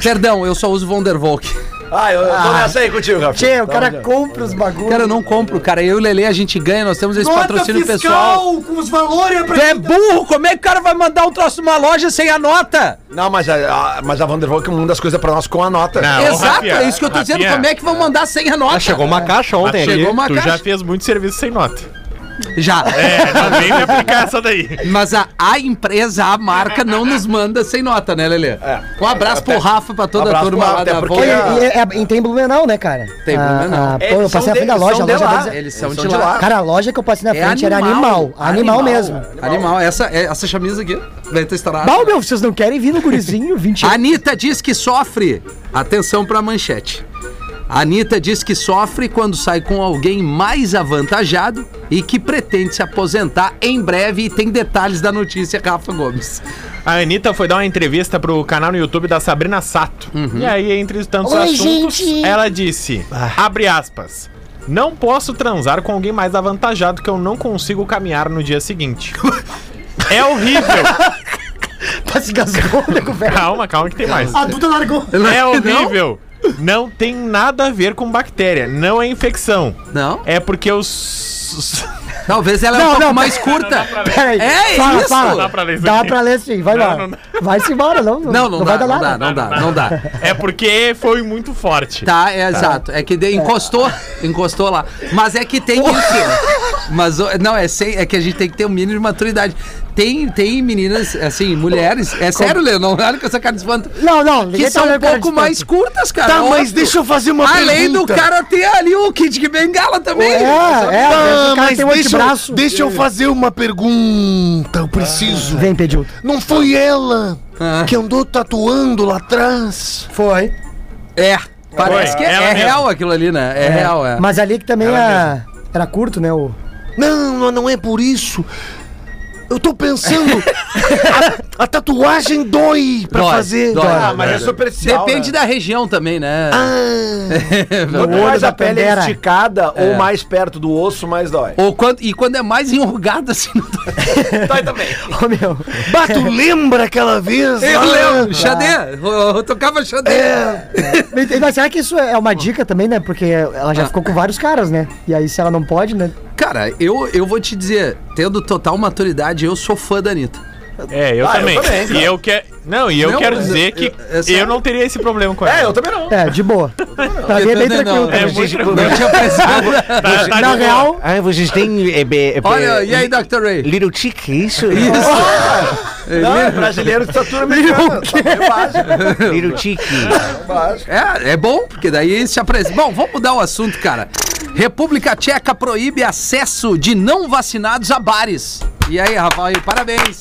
Speaker 2: Perdão, eu só uso Von der Volk.
Speaker 5: Ah, eu, eu tô nessa aí contigo, Rafa. Tá
Speaker 3: Tchê, o cara compra os bagulhos.
Speaker 2: Cara, eu não compro, cara. Eu e o Lele, a gente ganha, nós temos esse patrocínio pessoal.
Speaker 5: com os valores
Speaker 2: Tu é burro, como é que o cara vai mandar um troço numa loja sem a nota?
Speaker 5: Não, mas a, a, mas a Vandervolk manda as coisas pra nós com a nota.
Speaker 4: Não. Ah, ô,
Speaker 2: Exato,
Speaker 4: Rafinha,
Speaker 2: é isso que eu tô dizendo.
Speaker 4: Rafinha.
Speaker 2: Como é que vão mandar sem a nota?
Speaker 4: Tá,
Speaker 6: Ah, chegou uma caixa ontem
Speaker 2: Chegou
Speaker 6: ali.
Speaker 2: uma
Speaker 4: tu
Speaker 2: caixa.
Speaker 4: já fez muito serviço sem nota.
Speaker 2: Já.
Speaker 4: É, não vem me aplicar essa daí.
Speaker 2: Mas a, a empresa, a marca, não nos manda sem nota, né, Lelê? Um abraço pro Rafa, pra toda a
Speaker 5: abraço
Speaker 2: turma
Speaker 5: pro
Speaker 2: lá
Speaker 5: Rafa,
Speaker 2: da
Speaker 5: até porque-
Speaker 3: E,
Speaker 2: Volkswagen.
Speaker 3: e- é- e tem Blumenau, né, cara?
Speaker 2: Tem Blumenau.
Speaker 3: Ah, ah, pô, eu passei na frente da loja, a loja deles é-
Speaker 2: Eles são de lá.
Speaker 3: Cara, a loja que eu passei na
Speaker 2: É
Speaker 3: frente era animal. Animal, mesmo.
Speaker 2: Animal. Essa, é- essa camisa aqui vai ter estourado.
Speaker 3: Bom, meu, vocês não querem vir no gurizinho 20 anos.
Speaker 2: Anitta diz que sofre. Atenção pra manchete. Anitta diz que sofre quando sai com alguém mais avantajado e que pretende se aposentar em breve. E tem detalhes da notícia, Rafa Gomes.
Speaker 4: A Anitta foi dar uma entrevista pro canal no YouTube da Sabrina Sato. E aí, entre os tantos
Speaker 3: Oi,
Speaker 4: assuntos,
Speaker 3: gente.
Speaker 4: ela disse, abre aspas, não posso transar com alguém mais avantajado que eu não consigo caminhar no dia seguinte. é horrível.
Speaker 3: Se gasgou, nego, né, velho.
Speaker 4: calma, calma que tem mais.
Speaker 3: A Duda largou.
Speaker 4: É
Speaker 2: Não?
Speaker 4: horrível. Não tem nada a ver com bactéria, não é infecção.
Speaker 2: Não?
Speaker 4: É porque os...
Speaker 2: Talvez ela é um
Speaker 3: Não,
Speaker 2: pouco
Speaker 3: não,
Speaker 2: mais curta.
Speaker 3: Peraí.
Speaker 2: É
Speaker 3: fala,
Speaker 2: isso?
Speaker 3: Fala.
Speaker 4: Dá pra ler isso
Speaker 3: Dá
Speaker 4: aqui.
Speaker 3: pra ler sim, vai
Speaker 4: Não,
Speaker 3: lá.
Speaker 4: não dá.
Speaker 3: Vai-se embora, não. Não,
Speaker 2: Não, não,
Speaker 3: vai
Speaker 2: dá,
Speaker 3: dar
Speaker 2: não dá,
Speaker 3: nada.
Speaker 2: não dá, não dá.
Speaker 4: É porque foi muito forte.
Speaker 2: Tá, é exato. É que de- encostou, encostou lá. Mas é que tem isso. Mas o- não, é sem, é que a gente tem que ter um mínimo de maturidade. Tem, tem meninas, assim, mulheres. É sério, Léo, não olha com essa cara de espanto.
Speaker 3: Não, não,
Speaker 2: Que
Speaker 3: ninguém tá
Speaker 2: são um
Speaker 3: olhando pra
Speaker 2: pouco
Speaker 3: distância.
Speaker 2: mais curtas, cara.
Speaker 7: Tá, mas
Speaker 2: óbvio.
Speaker 7: deixa eu fazer uma
Speaker 2: Além do
Speaker 7: pergunta.
Speaker 2: cara ter ali o kit de bengala também.
Speaker 3: É, é, às vezes
Speaker 7: Ah,
Speaker 3: o cara
Speaker 7: mas
Speaker 3: tem um
Speaker 7: deixa,
Speaker 3: antebraço.
Speaker 7: eu, deixa eu fazer uma pergunta, eu preciso.
Speaker 3: Vem, pediu.
Speaker 7: Não foi ela
Speaker 2: Ah.
Speaker 7: que andou tatuando lá atrás?
Speaker 3: Foi.
Speaker 2: É, parece
Speaker 4: Foi,
Speaker 2: que é,
Speaker 4: ela
Speaker 2: é
Speaker 4: mesma.
Speaker 2: real aquilo ali, né? É, real, é.
Speaker 3: Mas ali que também a- era curto, né? O...
Speaker 7: Não, não- não é por isso. Eu tô pensando. a, a tatuagem dói pra
Speaker 2: Dói,
Speaker 7: fazer.
Speaker 2: dói.
Speaker 7: Ah,
Speaker 5: Ah, mas é superficial.
Speaker 2: Depende da região também, né?
Speaker 5: Quanto
Speaker 3: olho
Speaker 5: mais
Speaker 3: da
Speaker 5: a pele é
Speaker 3: Pandera.
Speaker 5: esticada ou mais perto do osso, mais dói.
Speaker 2: Ou quando, e quando é mais enrugado assim. não dói.
Speaker 5: Dói também.
Speaker 3: Ô, meu.
Speaker 7: Bah, tu lembra aquela vez?
Speaker 2: Eu
Speaker 7: lá?
Speaker 2: lembro, Xadê, eu, eu tocava Xadê.
Speaker 3: Mas será que isso é uma dica também, né? Porque ela
Speaker 2: Ah.
Speaker 3: já ficou com vários caras, né? E aí, se ela não pode, né?
Speaker 2: Cara, eu, eu vou te dizer, tendo total maturidade, eu sou fã da Anitta.
Speaker 4: É, eu
Speaker 5: Ah, eu
Speaker 4: também.
Speaker 5: também, cara.
Speaker 4: e eu quero. Não, e eu
Speaker 2: Não,
Speaker 4: quero
Speaker 2: mas
Speaker 4: dizer
Speaker 2: eu-
Speaker 4: que
Speaker 2: eu- é
Speaker 4: eu,
Speaker 2: só-
Speaker 4: não teria esse problema com ela.
Speaker 5: É, eu também não.
Speaker 3: É, de boa. Pra mim é bem
Speaker 2: Não,
Speaker 3: tranquilo
Speaker 2: não,
Speaker 4: É
Speaker 3: também.
Speaker 4: muito tranquilo.
Speaker 2: Eu tinha pensado.
Speaker 4: Tá- tá de
Speaker 3: Na
Speaker 4: boa.
Speaker 3: real,
Speaker 8: Ah, vocês têm. É, é, é,
Speaker 2: Olha, e aí, Dr.
Speaker 6: é,
Speaker 2: Ray?
Speaker 8: Little Chick, isso?
Speaker 5: Não, é brasileiro de estatura americana. Tá bem baixo.
Speaker 8: Little Chick.
Speaker 2: É, é bom, porque daí se apresenta. Bom, vamos mudar o assunto, cara. República Tcheca proíbe acesso de não vacinados a bares. E aí, Rafael, parabéns.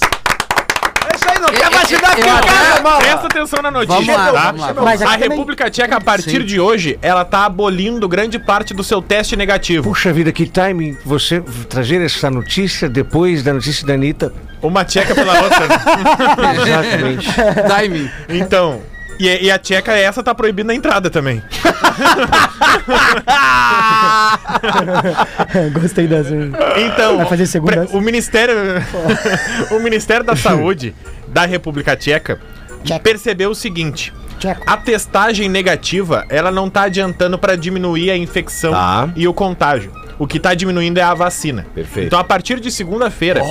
Speaker 5: É isso aí, não
Speaker 2: Eu-
Speaker 5: quer vacinar
Speaker 2: eu-
Speaker 5: aqui,
Speaker 2: eu-
Speaker 5: cara,
Speaker 2: eu-
Speaker 5: mala.
Speaker 4: Presta atenção na notícia,
Speaker 2: Vamos lá,
Speaker 4: tá?
Speaker 2: vamos lá.
Speaker 3: Mas
Speaker 4: a
Speaker 3: aqui também-
Speaker 4: República Tcheca, a partir
Speaker 2: Sim.
Speaker 4: de hoje, ela tá abolindo grande parte do seu teste negativo.
Speaker 8: Puxa vida, que timing você trazer essa notícia depois da notícia da Anitta.
Speaker 4: Uma tcheca pela outra. né?
Speaker 8: Exatamente.
Speaker 2: Timing.
Speaker 4: então. E, e a tcheca essa tá proibindo a entrada também.
Speaker 3: gostei dessa.
Speaker 4: Então,
Speaker 3: Vai fazer segunda
Speaker 4: pre-
Speaker 3: essa?
Speaker 4: o Ministério o Ministério da Saúde da República Tcheca
Speaker 3: Tcheca.
Speaker 4: percebeu o seguinte:
Speaker 3: Tcheco.
Speaker 4: A testagem negativa, ela não tá adiantando para diminuir a infecção
Speaker 6: Tá.
Speaker 4: e o contágio. O que tá diminuindo é a vacina.
Speaker 6: Perfeito.
Speaker 4: Então, a partir de segunda-feira,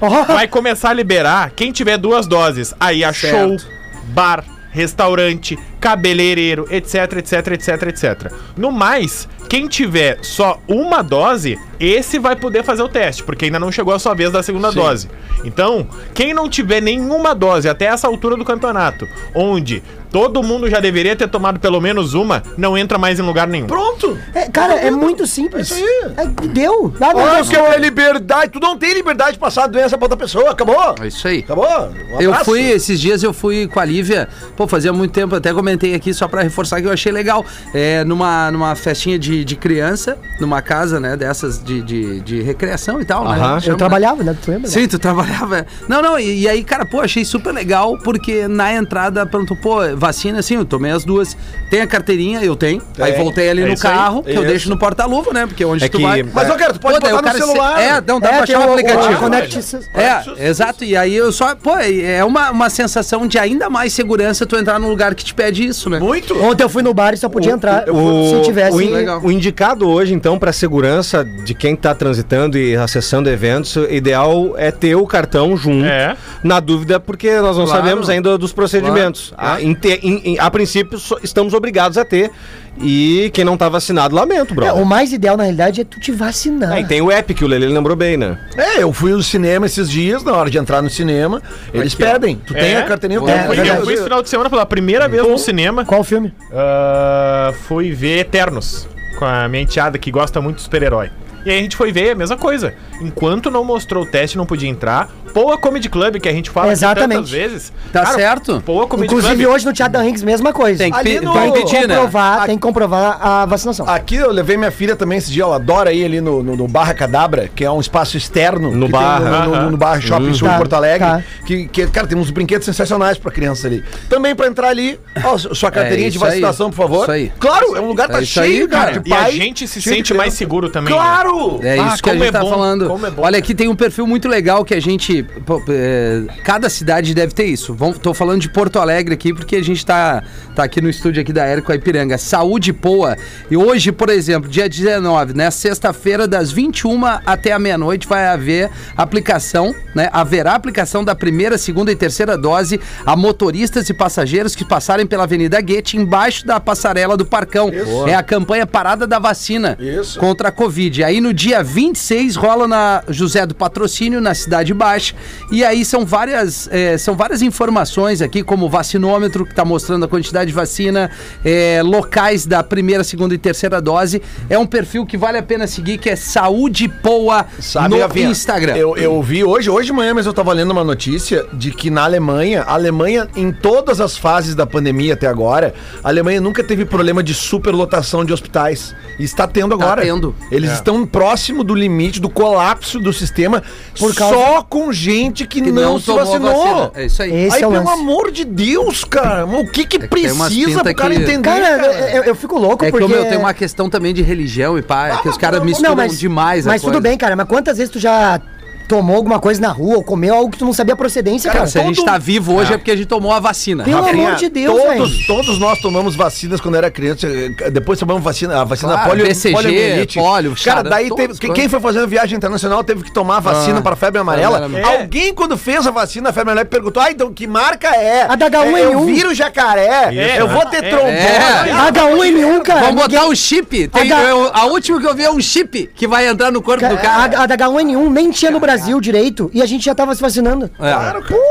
Speaker 3: Oh,
Speaker 4: vai começar a liberar quem tiver duas doses. Aí a
Speaker 2: Certo.
Speaker 4: show, bar, restaurante, cabeleireiro, etc, etc, etc, etc. No mais, quem tiver só uma dose, esse vai poder fazer o teste, porque ainda não chegou a sua vez da segunda dose. Então, quem não tiver nenhuma dose até essa altura do campeonato, onde todo mundo já deveria ter tomado pelo menos uma, não entra mais em lugar nenhum.
Speaker 5: Pronto.
Speaker 3: é, cara, é muito simples. É, deu. Ah, não,
Speaker 5: Olha
Speaker 3: não,
Speaker 5: o que é liberdade. Tu não tem liberdade de passar a doença pra outra pessoa. Acabou.
Speaker 2: É isso aí.
Speaker 5: Acabou. Um
Speaker 2: Eu
Speaker 5: abraço.
Speaker 2: fui, esses dias eu fui com a Lívia, pô, fazia muito tempo, até comentei aqui só pra reforçar que eu achei legal. É, numa, numa festinha de, de criança, numa casa, né, dessas de, de, de recreação e tal, né?
Speaker 6: Aham.
Speaker 2: Chama,
Speaker 3: Eu
Speaker 2: né?
Speaker 3: trabalhava, né? Tu lembra?
Speaker 2: Sim, tu trabalhava. é. Não, não, e, e aí, cara, pô, achei super legal, porque na entrada perguntou, pô, vacina, assim, eu tomei as duas. Tem a carteirinha, eu tenho. aí voltei ali
Speaker 4: é
Speaker 2: no
Speaker 4: isso aí,
Speaker 2: carro, que eu
Speaker 5: isso.
Speaker 2: deixo no porta-luva, né? Porque onde
Speaker 6: É
Speaker 2: tu
Speaker 6: que-
Speaker 2: vai.
Speaker 5: Mas, ô, cara, tu
Speaker 2: Pô,
Speaker 5: pode
Speaker 2: daí
Speaker 5: botar
Speaker 2: o
Speaker 5: no
Speaker 2: se-
Speaker 5: celular.
Speaker 2: É, não, dá pra
Speaker 3: tem
Speaker 2: baixar o aplicativo.
Speaker 3: Connect-
Speaker 2: É, exato. E aí eu só. Pô, é uma, uma sensação de ainda mais segurança tu entrar num lugar que te pede isso, né?
Speaker 5: Muito.
Speaker 3: Ontem eu fui no bar e só podia entrar se tivesse.
Speaker 2: o
Speaker 3: Sim,
Speaker 2: in- legal.
Speaker 6: O indicado hoje, então, para segurança de quem está transitando e acessando eventos, o ideal é ter o cartão junto.
Speaker 4: É.
Speaker 6: Na dúvida, porque nós não
Speaker 2: Claro.
Speaker 6: sabemos ainda dos procedimentos.
Speaker 2: Claro,
Speaker 6: Ah,
Speaker 2: claro.
Speaker 6: em ter. Em- em- a princípio, só- estamos obrigados a ter. E quem não tá vacinado, lamento,
Speaker 3: É,
Speaker 6: brother.
Speaker 3: o mais ideal, na realidade, é tu te vacinar.
Speaker 2: Ah,
Speaker 6: É, e tem o app que o Lele lembrou bem, né?
Speaker 5: É, eu fui no cinema esses dias, na hora de entrar no cinema, eles pedem. Tu tem
Speaker 4: É?
Speaker 5: a carteirinha?
Speaker 4: Eu,
Speaker 5: tem,
Speaker 4: fui, eu fui esse final de semana pela primeira vez no cinema.
Speaker 3: Qual o filme?
Speaker 4: Ah, fui ver Eternos com a minha enteada que gosta muito de super-herói. E aí a gente foi ver a mesma coisa. Enquanto não mostrou o teste, não podia entrar. Poa Comedy Club, que a gente fala aqui
Speaker 3: Exatamente.
Speaker 4: tantas vezes.
Speaker 2: Tá certo?
Speaker 4: Poa Comedy
Speaker 3: Inclusive,
Speaker 4: Club.
Speaker 3: hoje no Teatro da Rinks, mesma coisa.
Speaker 2: Tem que,
Speaker 5: Ali
Speaker 2: pe-
Speaker 5: no-
Speaker 2: tem que pedir, né?
Speaker 3: comprovar, tem que comprovar a vacinação.
Speaker 5: Aqui eu levei minha filha também esse dia, ela adora ir ali no, no, no Barra Cadabra, que é um espaço externo.
Speaker 6: No
Speaker 5: que
Speaker 6: Barra.
Speaker 5: no, no- no- no Barra Shopping Sul
Speaker 3: Tá,
Speaker 5: em Porto Alegre.
Speaker 3: tá.
Speaker 5: Que, que, cara, tem uns brinquedos sensacionais pra criança ali. Também pra entrar ali, ó, su- sua carteirinha de
Speaker 2: É isso aí,
Speaker 5: vacinação, por favor.
Speaker 2: isso aí.
Speaker 5: Claro, é um lugar que
Speaker 2: É
Speaker 5: tá
Speaker 2: isso
Speaker 5: cheio,
Speaker 2: aí,
Speaker 5: cara,
Speaker 2: cara.
Speaker 5: de
Speaker 4: E a
Speaker 5: pai.
Speaker 4: gente se
Speaker 5: cheio de
Speaker 4: sente
Speaker 5: criança.
Speaker 4: mais seguro também. né?
Speaker 5: Claro!
Speaker 2: É
Speaker 4: Ah,
Speaker 2: isso que a
Speaker 4: como
Speaker 2: gente
Speaker 4: é
Speaker 2: tá
Speaker 4: bom,
Speaker 2: falando.
Speaker 4: como é bom,
Speaker 2: Olha,
Speaker 4: cara.
Speaker 2: aqui tem um perfil muito legal que a gente. pô, é, cada cidade deve ter isso. Vão, tô falando de Porto Alegre aqui, porque a gente tá, tá aqui no estúdio aqui da Érico Ipiranga. Saúde boa. E hoje, por exemplo, dia 19, né? Sexta-feira, das 21 até a meia-noite, vai haver aplicação, né? Haverá aplicação da primeira, segunda e terceira dose a motoristas e passageiros que passarem pela Avenida Guete, embaixo da passarela do Parcão. É a campanha Parada da Vacina
Speaker 5: Isso.
Speaker 2: contra a Covid. Aí no dia 26 rola na José do Patrocínio, na Cidade Baixa. E aí são várias, eh, são várias informações aqui, como o vacinômetro, que está mostrando a quantidade de vacina, eh, locais da primeira, segunda e terceira dose. É um perfil que vale a pena seguir, que é Saúde Poa
Speaker 5: Sabe,
Speaker 2: no
Speaker 5: Gavinha,
Speaker 2: Instagram.
Speaker 5: Eu, eu vi hoje, hoje de manhã, mas eu tava lendo uma notícia de que na Alemanha, a Alemanha, em todas as fases da pandemia até agora, a Alemanha nunca teve problema de superlotação de hospitais. E está tendo agora.
Speaker 2: Tá tendo.
Speaker 5: Eles estão próximo do limite, do colapso do sistema,
Speaker 3: Por causa-
Speaker 5: só com gente que,
Speaker 2: Que
Speaker 5: não, se
Speaker 2: tomou vacina.
Speaker 5: vacinou.
Speaker 2: É isso aí.
Speaker 3: Esse
Speaker 5: Aí,
Speaker 3: é o
Speaker 5: pelo
Speaker 3: lance.
Speaker 5: amor de Deus, cara, o que que
Speaker 2: É que tem umas
Speaker 5: precisa
Speaker 2: pinta
Speaker 5: pro cara
Speaker 2: que-
Speaker 5: entender,
Speaker 3: Cara, eu, eu fico louco
Speaker 2: É que
Speaker 3: porque... Ah,
Speaker 2: o meu tem uma questão também de religião e pá, é que os caras misturam demais a
Speaker 3: Mas tudo
Speaker 2: coisa.
Speaker 3: bem, cara. Mas quantas vezes tu já tomou alguma coisa na rua ou comeu algo que tu não sabia a procedência, cara?
Speaker 2: Cara, se a gente tá vivo hoje é, porque a gente tomou a vacina.
Speaker 3: Pelo
Speaker 5: Rafinha,
Speaker 3: amor de Deus,
Speaker 5: todos,
Speaker 3: velho.
Speaker 5: todos nós tomamos vacinas quando era criança. eh, Depois tomamos vacina, a vacina
Speaker 2: Claro,
Speaker 5: Ah, polio,
Speaker 2: BCG,
Speaker 5: poliomielite.
Speaker 2: polio,
Speaker 5: Cara,
Speaker 2: charan-
Speaker 5: daí
Speaker 2: todas
Speaker 5: teve,
Speaker 2: as
Speaker 5: que-
Speaker 2: coisas.
Speaker 5: quem foi fazendo viagem internacional teve que tomar a vacina
Speaker 2: Ah,
Speaker 5: para febre amarela.
Speaker 2: febre
Speaker 4: amarela.
Speaker 5: Alguém, quando fez a vacina, a febre amarela perguntou: Ah, então que marca é?
Speaker 3: A da H1N1.
Speaker 5: É, eu viro jacaré,
Speaker 4: Isso,
Speaker 5: eu
Speaker 4: né?
Speaker 5: vou ter
Speaker 4: É.
Speaker 5: trombose.
Speaker 2: É.
Speaker 3: H1N1, cara.
Speaker 2: Vamos
Speaker 3: ninguém-
Speaker 2: botar um chip. Tem-
Speaker 3: H-
Speaker 2: eu- a última que eu vi é um chip que vai entrar no corpo do
Speaker 3: Ca-
Speaker 2: cara.
Speaker 3: A, a da H1N1 nem tinha no Brasil direito e a gente já tava se vacinando.
Speaker 2: É.
Speaker 3: Pô,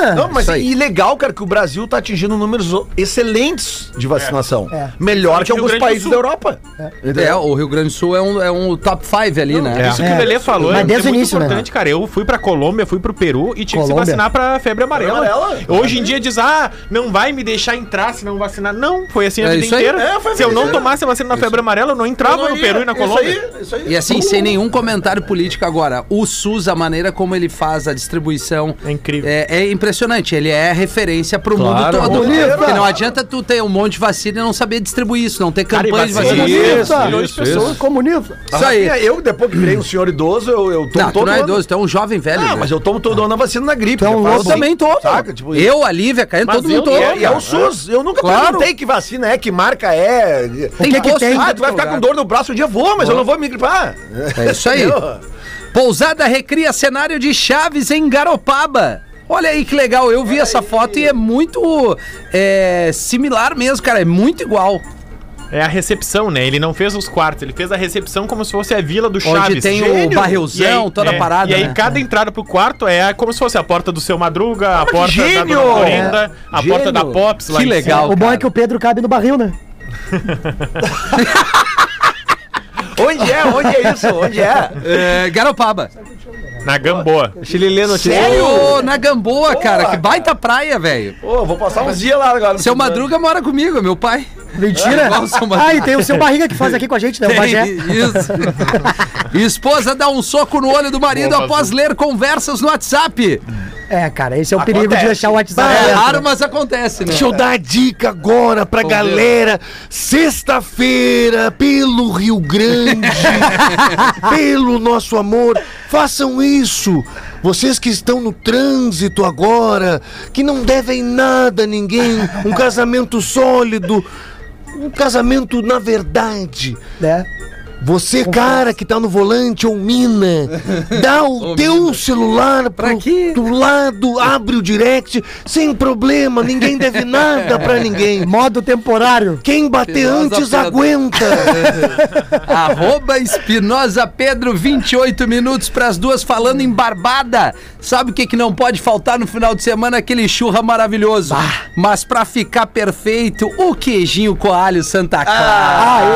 Speaker 3: cara!
Speaker 5: Não, mas
Speaker 2: Isso aí.
Speaker 5: e legal, cara, que o Brasil tá atingindo números excelentes de vacinação.
Speaker 3: É.
Speaker 5: Melhor que
Speaker 4: Rio
Speaker 5: alguns
Speaker 4: Grande do
Speaker 5: países
Speaker 4: Sul.
Speaker 5: da Europa. Ah,
Speaker 2: É, o Rio Grande do Sul é um, é um top 5 ali, né?
Speaker 4: Isso que
Speaker 3: É.
Speaker 4: o Lelê falou
Speaker 3: Mas
Speaker 4: é,
Speaker 3: desde
Speaker 4: é
Speaker 3: o
Speaker 4: muito
Speaker 3: início, né?
Speaker 4: importante, cara. Eu fui pra Colômbia, fui pro Peru e tive que
Speaker 3: Colômbia?
Speaker 4: se vacinar pra febre amarela.
Speaker 5: Febre amarela?
Speaker 4: Hoje em dia diz, ah, não vai me deixar entrar se não vacinar. Não, foi assim a
Speaker 2: É
Speaker 4: vida
Speaker 2: isso aí.
Speaker 4: inteira.
Speaker 5: É, foi a
Speaker 4: se eu
Speaker 5: vida
Speaker 4: não
Speaker 5: inteira.
Speaker 4: tomasse a vacina na febre amarela, eu não entrava no Peru e na Colômbia.
Speaker 5: Isso aí, isso aí.
Speaker 2: E assim, sem nenhum comentário político agora, o SUS, a maneira como ele faz a distribuição.
Speaker 4: É incrível.
Speaker 2: É, é impressionante. Ele é referência pro
Speaker 5: Claro.
Speaker 2: mundo todo.
Speaker 5: Bonita.
Speaker 2: Porque não adianta tu ter um monte de vacina e não saber distribuir isso, não ter
Speaker 4: Cara, e
Speaker 2: campanha de
Speaker 4: vacina-
Speaker 2: vacina.
Speaker 4: Isso,
Speaker 5: milhões de
Speaker 6: isso,
Speaker 5: pessoas
Speaker 6: isso.
Speaker 5: comunista.
Speaker 2: Isso aí.
Speaker 5: Ah, Eu, depois que virei um senhor idoso, eu, eu tomo
Speaker 2: Não, tu não é
Speaker 5: ano-
Speaker 2: idoso, tu é um jovem velho.
Speaker 5: Ah,
Speaker 2: né?
Speaker 5: mas eu tomo todo ano a vacina da gripe.
Speaker 3: Então,
Speaker 5: já
Speaker 2: Eu
Speaker 5: faz assim.
Speaker 2: também tô.
Speaker 5: Saca? Tipo,
Speaker 2: eu, a Lívia, Caio, todo
Speaker 4: eu-
Speaker 2: mundo
Speaker 5: E
Speaker 2: todo.
Speaker 5: é, e é o SUS. Eu nunca
Speaker 2: Claro.
Speaker 5: perguntei que vacina é, que marca é.
Speaker 2: Tem
Speaker 5: Ah,
Speaker 2: que tem.
Speaker 5: Ah, tu vai ficar com dor no braço um dia, vou, mas eu não vou me gripar.
Speaker 2: É isso aí.
Speaker 5: Entendeu?
Speaker 2: Pousada recria cenário de Chaves em Garopaba. Olha aí que legal, eu vi essa foto e é muito é, similar mesmo, cara, é muito igual.
Speaker 4: É a recepção, né? Ele não fez os quartos, ele fez a recepção como se fosse a vila do
Speaker 2: Onde
Speaker 4: Chaves.
Speaker 2: tem o barrilzão,
Speaker 4: E aí-
Speaker 2: toda a
Speaker 4: é,
Speaker 2: parada,
Speaker 4: E aí
Speaker 2: né?
Speaker 4: cada entrada pro quarto é como se fosse a porta do seu Madruga, a porta da
Speaker 5: gênio!
Speaker 4: Dona Florinda, a
Speaker 5: Gênio!
Speaker 4: porta da Pops lá
Speaker 2: É. Que
Speaker 4: em cima.
Speaker 2: legal.
Speaker 3: o bom
Speaker 2: cara.
Speaker 3: é que o Pedro cabe no barril, né?
Speaker 5: Onde é? Onde é isso? Onde é?
Speaker 2: É, Garopaba.
Speaker 4: Na Gamboa.
Speaker 6: Chililê não te
Speaker 2: Ô, na Gamboa, cara, que baita praia, velho.
Speaker 5: Ô, vou passar uns dias lá agora.
Speaker 2: Seu Madruga mora comigo, meu pai.
Speaker 3: Mentira.
Speaker 2: igual o seu Madruga.
Speaker 3: ah, e tem o seu barriga que faz aqui com a gente, né? O Bagé.
Speaker 2: Isso. Esposa dá um soco no olho do marido
Speaker 4: Boa,
Speaker 2: após ler conversas no WhatsApp.
Speaker 3: É, cara, esse é o perigo de deixar o WhatsApp.
Speaker 2: É,
Speaker 3: aberto.
Speaker 2: raro, mas acontece, né?
Speaker 7: Deixa eu dar a dica agora pra galera. Sexta-feira, pelo Rio Grande, pelo nosso amor, façam isso. Vocês que estão no trânsito agora, que não devem nada a ninguém, um casamento sólido, um casamento na verdade.
Speaker 3: Né?
Speaker 7: Você, cara que tá no volante ou mina, dá o teu celular pro
Speaker 2: quê?
Speaker 7: do lado, abre o direct, sem problema, ninguém deve nada pra ninguém.
Speaker 3: Modo temporário.
Speaker 7: Quem bater
Speaker 2: Filhosa
Speaker 7: antes
Speaker 2: pedra.
Speaker 7: aguenta.
Speaker 2: Arroba Espinosa Pedro, 28 minutos pras duas, falando em barbada. Sabe o que, que não pode faltar no final de semana? Aquele churra maravilhoso. Mas pra ficar perfeito, o queijinho coalho Santa Clara.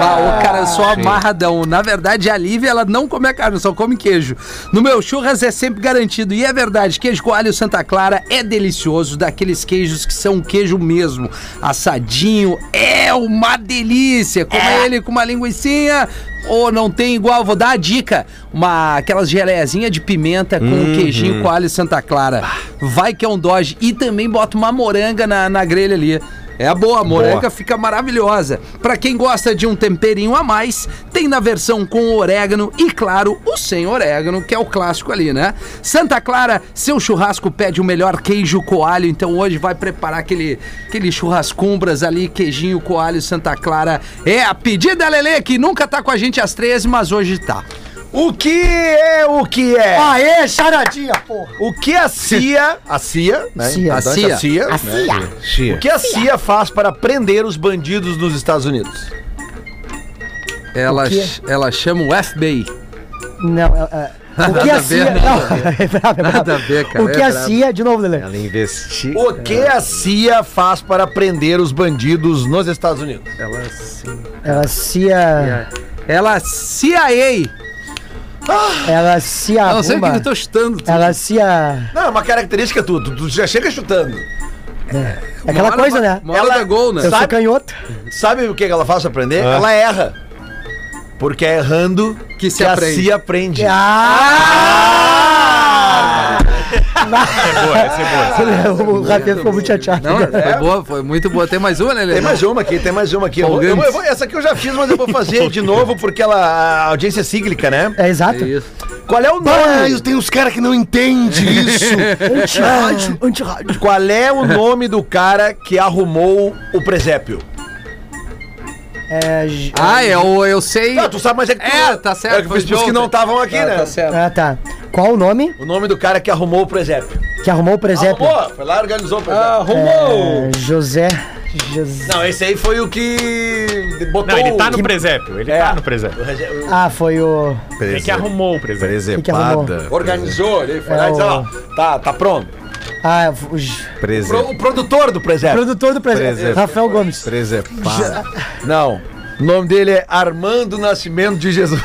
Speaker 2: Bah, o cara eu sou amarradão. Na verdade, a Lívia, ela não come a carne, só come queijo. No meu churras é sempre garantido. E é verdade, queijo coalho Santa Clara é delicioso, daqueles queijos que são queijo mesmo. Assadinho é uma delícia. Como ele com uma linguiçinha ou não tem igual, vou dar a dica. Uma, aquelas gelezinha de pimenta com queijinho coalho Santa Clara. Vai que é um doge. E também bota uma moranga na, na grelha ali. É a boa, a moreca fica maravilhosa. Pra quem gosta de um temperinho a mais, tem na versão com orégano e, claro, o sem orégano, que é o clássico ali, né? Santa Clara, seu churrasco pede o melhor queijo coalho, então hoje vai preparar aquele, aquele churrascumbras ali, queijinho coalho Santa Clara. É a pedida, Lele, que nunca tá com a gente às 13, mas hoje tá.
Speaker 6: O que é o que é?
Speaker 2: Ah.
Speaker 3: Aê, charadinha, porra.
Speaker 6: O que a CIA, a CIA, né?
Speaker 3: Cia.
Speaker 6: A CIA,
Speaker 2: Cia.
Speaker 6: a CIA, né? O que a CIA faz para prender os bandidos nos Estados Unidos?
Speaker 2: Ela,
Speaker 3: O quê?
Speaker 2: ela chama o FBI.
Speaker 3: Não, é- é- O que
Speaker 2: Nada
Speaker 3: a
Speaker 2: a
Speaker 3: CIA.
Speaker 2: ver, nada
Speaker 3: Não, é brabo, é brabo.
Speaker 2: Nada a ver, cara,
Speaker 3: O que assim?
Speaker 2: é
Speaker 3: a
Speaker 2: brabo.
Speaker 3: CIA. De novo, Lele.
Speaker 6: Ela investiga.
Speaker 5: O que
Speaker 2: é?
Speaker 5: a CIA faz para prender os bandidos nos Estados Unidos?
Speaker 2: Ela é assim. sim.
Speaker 3: Ela CIA.
Speaker 2: Ela é CIA.
Speaker 3: Ela CIA.
Speaker 2: Eu não sei o que
Speaker 3: arruma.
Speaker 2: eu tô chutando.
Speaker 3: Ela CIA.
Speaker 5: Não, é uma característica tua, tu, tu já chega chutando.
Speaker 3: É
Speaker 2: Uma
Speaker 3: aquela
Speaker 2: hora
Speaker 3: coisa,
Speaker 2: ba-
Speaker 3: né?
Speaker 2: Uma hora
Speaker 5: Ela-
Speaker 2: da gol, né?
Speaker 3: Eu sou
Speaker 5: sabe?
Speaker 3: canhoto.
Speaker 5: Sabe o que que ela faz para prender? Ela erra. Porque é errando
Speaker 2: Que se
Speaker 5: a
Speaker 2: aprende. É
Speaker 5: CIA aprende.
Speaker 4: Boa, essa é boa.
Speaker 3: o Rafinha ficou muito chateado.
Speaker 2: Não, foi boa, foi muito boa. Tem mais uma, Lelê?
Speaker 5: Tem mais uma aqui, tem mais uma aqui. Eu vou- eu vou- eu vou- essa aqui eu já fiz, mas eu vou fazer de novo porque ela, a audiência é cíclica, né?
Speaker 3: É exato.
Speaker 2: É isso.
Speaker 5: Qual é o
Speaker 7: Ah,
Speaker 5: nome?
Speaker 7: eu tenho uns caras que não entendem isso.
Speaker 3: Anti-rádio, anti-rádio.
Speaker 5: Qual é o nome do cara que arrumou o presépio?
Speaker 3: É. j-
Speaker 2: Ah, eu, eu sei.
Speaker 5: Ah, tu sabe, mas é que tu,
Speaker 2: É, tá certo,
Speaker 5: É que
Speaker 2: foi
Speaker 5: os
Speaker 2: de
Speaker 5: os que
Speaker 2: ontem.
Speaker 5: não estavam aqui,
Speaker 2: Ah,
Speaker 5: né?
Speaker 2: tá certo.
Speaker 3: Ah, tá. Qual o nome
Speaker 5: O nome do cara que arrumou o presépio.
Speaker 3: que arrumou o presépio?
Speaker 5: Arrumou, foi lá e organizou o presépio.
Speaker 3: É, José. José.
Speaker 5: Não, esse aí foi o que botou
Speaker 4: Não, ele tá no
Speaker 5: que-
Speaker 4: presépio. Ele
Speaker 5: É.
Speaker 4: tá no presépio.
Speaker 3: Ah, foi o.
Speaker 4: Ele que arrumou o
Speaker 3: Quem
Speaker 4: presépio.
Speaker 3: que arrumou?
Speaker 5: Organizou, ele foi
Speaker 3: É
Speaker 5: lá e disse,
Speaker 3: o-
Speaker 5: ó, tá, tá pronto.
Speaker 3: Ah, o j-
Speaker 5: Pro- o produtor do presépio.
Speaker 3: produtor do presépio. Rafael Gomes.
Speaker 5: Não, o nome dele é Armando Nascimento de Jesus.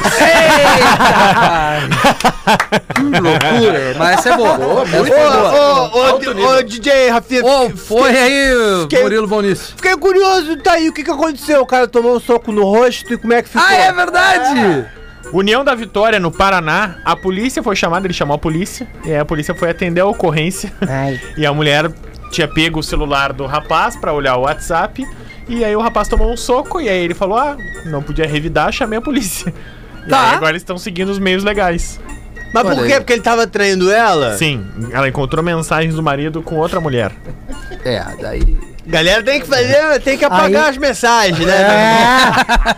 Speaker 2: Loucura. Mas essa é boa. Essa é boa.
Speaker 6: DJ Rafinha,
Speaker 2: Ô, foi aí,
Speaker 6: fiquei-
Speaker 2: Murilo Bonis.
Speaker 6: fiquei curioso, tá aí, o que que aconteceu? O cara tomou um soco no rosto e como é que ficou?
Speaker 2: Ah, é verdade!
Speaker 4: União da Vitória, no Paraná, a polícia foi chamada, ele chamou a polícia, e aí a polícia foi atender a ocorrência.
Speaker 3: Ai.
Speaker 4: E a mulher tinha pego o celular do rapaz pra olhar o WhatsApp, e aí o rapaz tomou um soco, e aí ele falou: Ah, não podia revidar, chamei a polícia. E
Speaker 2: Tá.
Speaker 4: aí agora eles estão seguindo os meios legais.
Speaker 6: Mas por
Speaker 2: Olha
Speaker 6: quê?
Speaker 2: aí.
Speaker 6: Porque ele tava traindo
Speaker 5: É.
Speaker 6: ela?
Speaker 4: Sim, ela encontrou mensagens do marido com outra mulher.
Speaker 2: É, daí.
Speaker 6: Galera, tem que fazer, né, tem que apagar
Speaker 3: Aí-
Speaker 6: as mensagens,
Speaker 5: É.
Speaker 6: né?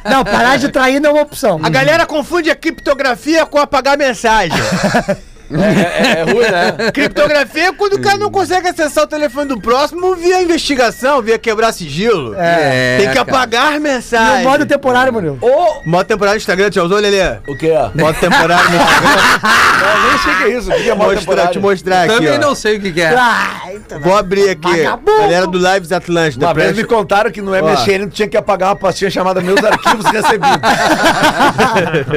Speaker 3: É. Não, parar de trair não é uma opção.
Speaker 6: A galera confunde a criptografia com apagar a mensagem.
Speaker 5: É ruim, né?
Speaker 6: criptografia é quando o cara não consegue acessar o telefone do próximo via investigação, via quebrar sigilo.
Speaker 2: É,
Speaker 6: tem que
Speaker 2: cara.
Speaker 6: apagar a
Speaker 3: E
Speaker 6: mensagem.
Speaker 3: o modo temporário, Murilo.
Speaker 6: Ô, Modo temporário no Instagram, já usou, Lelê?
Speaker 5: O que é?
Speaker 6: Modo temporário no Instagram.
Speaker 5: Eu nem sei o que é isso. O que é modo
Speaker 6: Mostrar, te
Speaker 5: temporário?
Speaker 6: mostrar aqui,
Speaker 2: Também
Speaker 6: ó.
Speaker 2: não sei o que, que é.
Speaker 3: Ai, então vai.
Speaker 6: Vou abrir aqui.
Speaker 3: Vagabundo.
Speaker 6: Galera do Lives Atlântida.
Speaker 5: Uma vez
Speaker 6: presta-
Speaker 5: me contaram que no MSN tu tinha que apagar uma pastinha chamada Meus Arquivos Recebidos.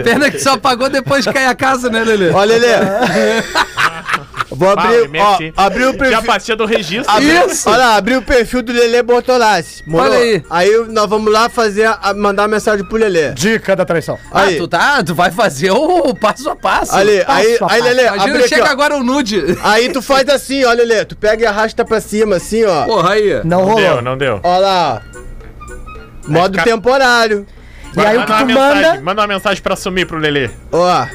Speaker 2: Pena que só pagou depois que cai a casa, né, Lelê?
Speaker 6: Ó, Lelê. Vou abrir, ó, abri o
Speaker 4: Já
Speaker 6: perfil. Ah,
Speaker 4: passei do registro.
Speaker 6: Abri-
Speaker 2: Isso.
Speaker 6: Olha lá, abriu o perfil do Lelê Bortolassi. Moro?
Speaker 2: Olha aí.
Speaker 6: nós vamos lá fazer, a- mandar mensagem pro Lelê.
Speaker 3: Dica da traição.
Speaker 2: Ah,
Speaker 6: Aí,
Speaker 2: tu tá, tu vai fazer o passo a passo.
Speaker 6: ali, aí,
Speaker 3: passo a
Speaker 6: aí,
Speaker 3: passo.
Speaker 6: Lelê,
Speaker 2: Imagina,
Speaker 6: abre aqui,
Speaker 2: chega
Speaker 6: ó.
Speaker 2: agora o nude.
Speaker 6: Aí tu faz assim, ó, Lelê. Tu pega e arrasta pra cima, assim, ó.
Speaker 2: Porra, aí.
Speaker 3: Não
Speaker 4: Não deu,
Speaker 3: rolou.
Speaker 4: não deu.
Speaker 6: Ó lá, ó. Modo
Speaker 4: fica-
Speaker 6: temporário.
Speaker 3: E aí o que
Speaker 4: uma
Speaker 3: tu
Speaker 4: mensagem,
Speaker 3: manda.
Speaker 4: manda uma mensagem pra sumir pro Lelê.
Speaker 9: Ah.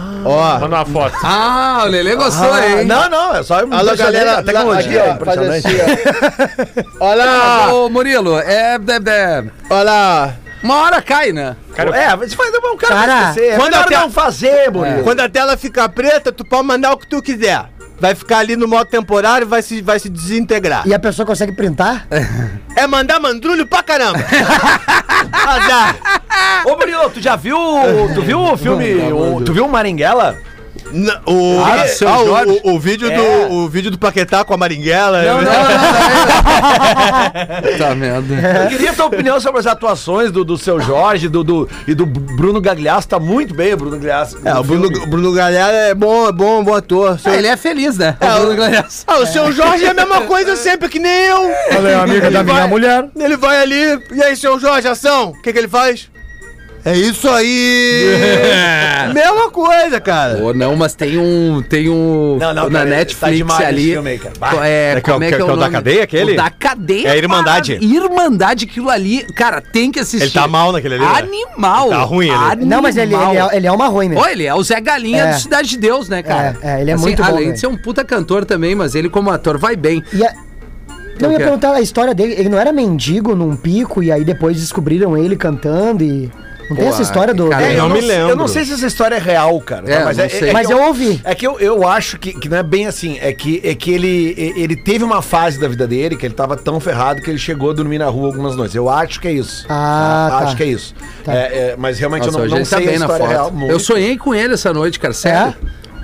Speaker 6: Ó. Ó.
Speaker 4: Manda uma foto.
Speaker 2: Ah, o Lelê gostou, hein?
Speaker 5: não, não, é só eu me
Speaker 6: Alô,
Speaker 5: impressionei
Speaker 9: tá
Speaker 6: galera.
Speaker 5: na tecnologia
Speaker 6: lá,
Speaker 5: é
Speaker 6: aqui, ó, faz
Speaker 5: impressionante.
Speaker 6: assim, ó. Olha lá,
Speaker 2: Ô, Murilo, é, é, é.
Speaker 6: olha lá.
Speaker 2: Uma hora cai, né?
Speaker 5: É, você faz um cara,
Speaker 3: Cara,
Speaker 5: vai esquecer. É
Speaker 9: quando
Speaker 5: melhor
Speaker 9: até-
Speaker 5: não fazer, bonito.
Speaker 9: Quando a tela ficar preta, tu pode mandar o que tu quiser. Vai ficar ali no modo temporário e vai se, vai se desintegrar.
Speaker 3: E a pessoa consegue printar?
Speaker 9: É mandar mandrulho pra caramba. Azar.
Speaker 6: Ah.
Speaker 5: Ô, Murilo, tu já viu. Tu viu o filme. o- tu viu o Maringuela?
Speaker 9: Na- o,
Speaker 5: Ah, seu
Speaker 9: ah, o-
Speaker 5: Jorge.
Speaker 9: o, o vídeo
Speaker 5: É.
Speaker 9: do, o vídeo do Paquetá com a Maringuela.
Speaker 2: Tá merda.
Speaker 5: Eu queria tua opinião sobre as atuações do, do seu Jorge do, do- e do Bruno Gagliasso. Tá muito bem o Bruno Gagliasso.
Speaker 9: É,
Speaker 5: no
Speaker 9: o Bruno,
Speaker 5: filme.
Speaker 9: o Bruno Galhardo é bom, é bom, bom ator. Seu-
Speaker 2: Ah, ele é feliz, né? É, o Gladiação.
Speaker 9: Ah, o seu Jorge é a mesma coisa sempre, que nem eu.
Speaker 3: Ela é amiga da minha mulher.
Speaker 9: Ele vai ali, e aí, seu Jorge, ação? O que, que ele faz? É isso aí!
Speaker 4: É.
Speaker 9: mesma coisa, cara.
Speaker 2: Ou não, mas tem um. Tem um.
Speaker 5: Não, não,
Speaker 2: na
Speaker 5: cara,
Speaker 2: Netflix
Speaker 5: tá demais esse
Speaker 2: ali.
Speaker 5: filme aí, cara. Bah.
Speaker 2: É,
Speaker 6: É que é o-
Speaker 2: como é
Speaker 6: que
Speaker 2: que
Speaker 6: é
Speaker 2: é o
Speaker 6: o da
Speaker 2: nome?
Speaker 6: cadeia, aquele?
Speaker 2: O da cadeia.
Speaker 6: É a Irmandade.
Speaker 2: parada. Irmandade, aquilo ali. Cara, tem que assistir.
Speaker 6: Ele tá mal naquele ali, né?
Speaker 2: Animal.
Speaker 6: Ele tá ruim ali.
Speaker 2: Animal.
Speaker 3: Não, mas ele, ele, é, ele é uma ruim, né?
Speaker 2: Ô, ele é o Zé Galinha
Speaker 3: É.
Speaker 2: do Cidade de Deus, né, cara?
Speaker 3: É, é, ele é muito bom,
Speaker 2: Além
Speaker 3: velho.
Speaker 2: de ser um puta cantor também, mas ele como ator vai bem.
Speaker 3: E a- Não, eu ia
Speaker 2: quê?
Speaker 3: perguntar a história dele. Ele não era mendigo num pico e aí depois descobriram ele cantando e. Não tem
Speaker 2: Pô,
Speaker 3: essa história do.
Speaker 2: cara, um
Speaker 5: É,
Speaker 2: eu
Speaker 5: eu
Speaker 6: não me
Speaker 5: sei- Eu
Speaker 6: lembro.
Speaker 5: não sei se essa história é real, cara.
Speaker 2: É,
Speaker 5: tá? mas
Speaker 2: não
Speaker 5: é,
Speaker 2: sei.
Speaker 5: é-
Speaker 3: Mas eu ouvi.
Speaker 5: É que eu, eu acho que, que não é bem assim. É que, é que ele, e- ele teve uma fase da vida dele que ele tava tão ferrado que ele chegou a dormir na rua algumas noites. Eu acho que é isso.
Speaker 3: Ah,
Speaker 5: Eu
Speaker 3: tá.
Speaker 5: Acho que é isso.
Speaker 3: Tá.
Speaker 5: É, é, mas realmente
Speaker 2: Nossa,
Speaker 5: eu
Speaker 2: hoje
Speaker 5: não, não
Speaker 2: ele tá
Speaker 5: sei a
Speaker 2: bem na
Speaker 5: história
Speaker 2: foto.
Speaker 5: real.
Speaker 2: Eu
Speaker 5: muito.
Speaker 2: sonhei com ele essa noite, cara, sério.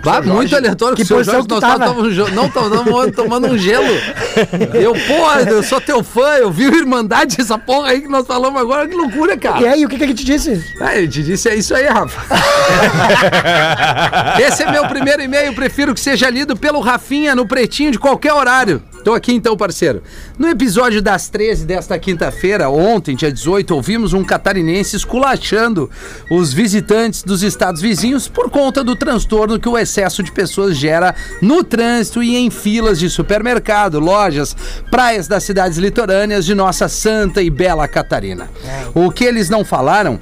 Speaker 2: Bah, muito aleatório
Speaker 3: É? Que
Speaker 2: o seu
Speaker 3: posição
Speaker 2: Jorge,
Speaker 3: que
Speaker 2: nós
Speaker 3: tu tava?
Speaker 2: tava um jo- não tava tomando, tomando um gelo. Eu, porra, eu sou teu fã, eu vi o Irmandade, essa porra aí que nós falamos agora, que loucura, cara.
Speaker 3: E aí, o que, que ele te disse?
Speaker 2: Ah, eu te disse, é isso aí, Rafa. Esse é meu primeiro e-mail, prefiro que seja lido pelo Rafinha no pretinho de qualquer horário. Tô aqui então, parceiro. No episódio das 13 desta quinta-feira, ontem, dia 18, ouvimos um catarinense esculachando os visitantes dos estados vizinhos por conta do transtorno que o excesso de pessoas gera no trânsito e em filas de supermercado, lojas, praias das cidades litorâneas de nossa santa e bela Catarina. O que eles não falaram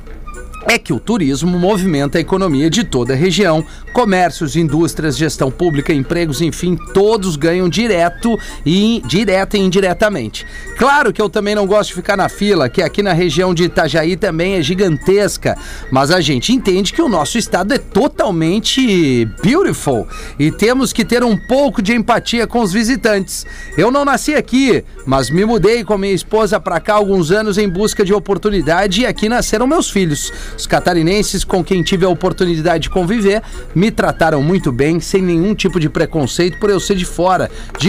Speaker 2: é que o turismo movimenta a economia de toda a região. Comércios, indústrias, gestão pública, empregos, enfim, todos ganham direto e direta e indiretamente. Claro que eu também não gosto de ficar na fila, que aqui na região de Itajaí também é gigantesca, mas a gente entende que o nosso estado é totalmente beautiful e temos que ter um pouco de empatia com os visitantes. Eu não nasci aqui, mas me mudei com a minha esposa para cá há alguns anos em busca de oportunidade e aqui nasceram meus filhos. Os catarinenses com quem tive a oportunidade de conviver me trataram muito bem, sem nenhum tipo de preconceito por eu ser de fora,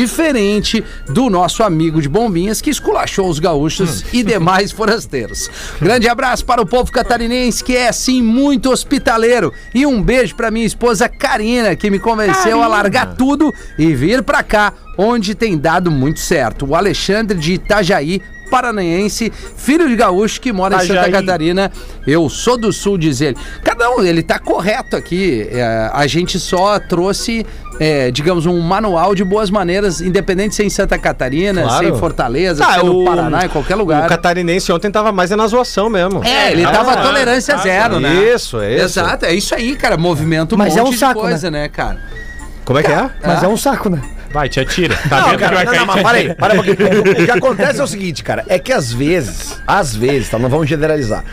Speaker 2: diferente do nosso amigo de Bombinhas que esculachou os gaúchos e demais forasteiros. Grande abraço para o povo catarinense que é sim muito hospitaleiro e um beijo para minha esposa Karina que me convenceu a largar tudo e vir para cá onde tem dado muito certo. O Alexandre de Itajaí, paranaense, filho de gaúcho que mora em Santa
Speaker 4: Itajaí.
Speaker 2: Catarina. Eu sou do sul, diz ele. Cada um, ele tá correto aqui. É, a gente só trouxe, é, digamos, um manual de boas maneiras, independente se é em Santa Catarina,
Speaker 6: Claro.
Speaker 2: se é em Fortaleza,
Speaker 6: Tá,
Speaker 2: se é no
Speaker 6: o-
Speaker 2: Paraná, em qualquer
Speaker 6: O
Speaker 2: lugar.
Speaker 6: catarinense ontem tava mais é na zoação mesmo.
Speaker 2: É, ele tava
Speaker 6: Ah,
Speaker 2: tolerância zero, né?
Speaker 6: Isso, é isso.
Speaker 2: Exato, é isso aí, cara. Movimento um
Speaker 3: Mas é
Speaker 2: monte
Speaker 3: um saco,
Speaker 2: de coisa, né, cara?
Speaker 6: Como é que é?
Speaker 3: Mas é um saco, né?
Speaker 4: Vai, te atira. Tá vendo que vai
Speaker 5: Não,
Speaker 4: cair?
Speaker 5: não, mas para aí, para um pouquinho. O que acontece é o seguinte, cara, é que às vezes, às vezes, tá? Não vamos generalizar.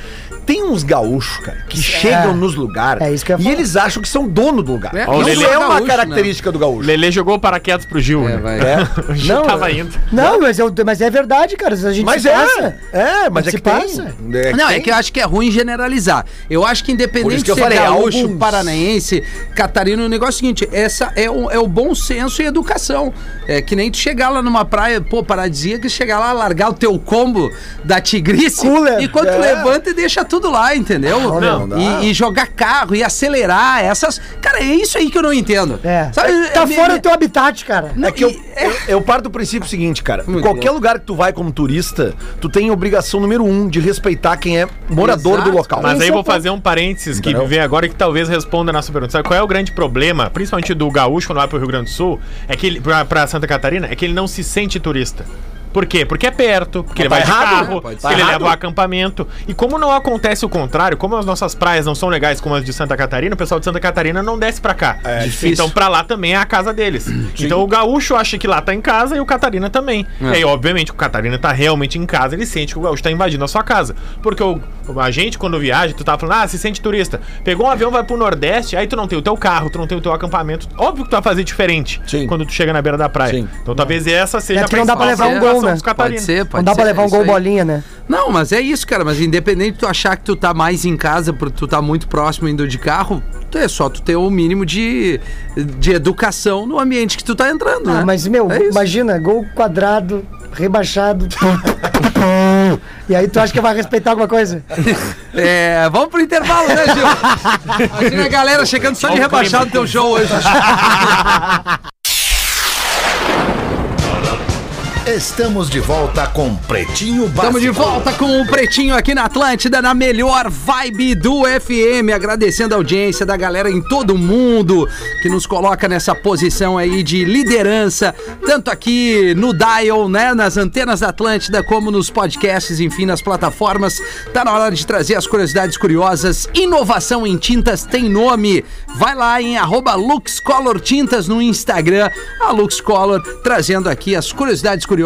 Speaker 5: Tem uns gaúchos, cara, que chegam nos lugares
Speaker 3: É isso que eu ia
Speaker 5: e
Speaker 3: falar.
Speaker 5: eles acham que são dono do lugar.
Speaker 2: É,
Speaker 5: Isso
Speaker 4: Lele-
Speaker 5: é uma
Speaker 2: gaúcho, né?
Speaker 5: característica do gaúcho.
Speaker 4: Lele jogou o paraquedas pro Gil.
Speaker 2: É,
Speaker 4: né?
Speaker 2: vai.
Speaker 4: Gil
Speaker 5: Não,
Speaker 4: tava indo.
Speaker 3: Não, mas, eu, mas é verdade, cara. A gente
Speaker 5: Mas
Speaker 3: se
Speaker 5: é,
Speaker 3: passa.
Speaker 5: é, mas
Speaker 3: Se
Speaker 5: é que
Speaker 3: passa.
Speaker 5: tem. É que
Speaker 2: Não, é
Speaker 5: tem.
Speaker 2: que eu acho que é ruim generalizar. Eu acho que
Speaker 5: Por
Speaker 2: independente
Speaker 5: isso
Speaker 2: de
Speaker 5: que eu
Speaker 2: ser
Speaker 5: falei,
Speaker 2: gaúcho,
Speaker 5: alguns.
Speaker 2: paranaense, catarino, o negócio é o seguinte, essa é o, é o bom senso e educação. É que nem tu chegar lá numa praia, pô, paradisíaca, chegar lá, largar o teu combo da tigrice
Speaker 3: Cooler.
Speaker 2: e quando tu
Speaker 5: É.
Speaker 2: levanta e deixa tudo lá, entendeu?
Speaker 5: Não,
Speaker 2: E-
Speaker 5: dá.
Speaker 2: E, jogar carro e acelerar essas... Cara, é isso aí que eu não entendo.
Speaker 3: É.
Speaker 2: Sabe,
Speaker 3: tá
Speaker 2: me-
Speaker 3: fora
Speaker 2: me-
Speaker 3: do teu habitat, cara.
Speaker 2: Não,
Speaker 5: É que eu,
Speaker 2: e-
Speaker 5: eu, eu parto do princípio seguinte, cara.
Speaker 2: Muito
Speaker 5: qualquer
Speaker 2: bom.
Speaker 5: lugar que tu vai como turista, tu tem obrigação número um de respeitar quem é morador
Speaker 2: Exato,
Speaker 5: do local.
Speaker 4: Mas aí
Speaker 5: Esse é o
Speaker 4: vou fazer um parênteses que
Speaker 5: Entendeu?
Speaker 4: vem agora e que talvez responda a nossa pergunta. Sabe qual é o grande problema, principalmente do gaúcho quando vai pro Rio Grande do Sul, é que ele, pra, pra Santa Catarina, é que ele não se sente turista. Por quê? Porque é perto, porque ele vai de carro, porque ele leva o acampamento. E como não acontece o contrário, como as nossas praias não são legais como as de Santa Catarina, o pessoal de Santa Catarina não desce pra cá.
Speaker 6: difícil.
Speaker 4: Então pra lá também é a casa deles. Então o gaúcho acha que lá tá em casa e o Catarina também.
Speaker 6: É.
Speaker 4: E aí, obviamente, o Catarina tá realmente em casa, ele sente que o gaúcho tá invadindo a sua casa. Porque o, a gente, quando viaja, tu tava falando, ah, se sente turista. Pegou um avião, vai pro Nordeste, aí tu não tem o teu carro, tu não tem o teu acampamento. Óbvio que tu vai fazer diferente quando tu chega na beira da praia. Então talvez essa seja
Speaker 3: É porque não dá pra levar
Speaker 4: principal
Speaker 3: um gol,
Speaker 4: preocupação
Speaker 3: né?
Speaker 4: dos Catarinas.
Speaker 2: É,
Speaker 3: não dá pra levar um gol bolinha, né?
Speaker 2: Não, mas é isso, cara. Mas independente de tu achar que tu tá mais em casa, porque tu tá muito próximo indo de carro, tu- é só tu ter o mínimo de, de educação no ambiente que tu tá entrando, né?
Speaker 3: Ah, mas, meu,
Speaker 2: É isso.
Speaker 3: imagina, gol quadrado, rebaixado. e aí tu acha que vai respeitar alguma coisa?
Speaker 2: É, vamos pro intervalo, né, Gil? Imagina a galera chegando só de rebaixar do teu show hoje.
Speaker 10: Estamos de volta com Pretinho Básico.
Speaker 2: Estamos de volta com o Pretinho aqui na Atlântida, na melhor vibe do FM. Agradecendo a audiência da galera em todo o mundo que nos coloca nessa posição aí de liderança, tanto aqui no Dial, né, nas antenas da Atlântida, como nos podcasts, enfim, nas plataformas. Tá na hora de trazer as curiosidades curiosas. Inovação em tintas tem nome. Vai lá em arroba LuxColor Tintas no Instagram. A Lux Color trazendo aqui as curiosidades curiosas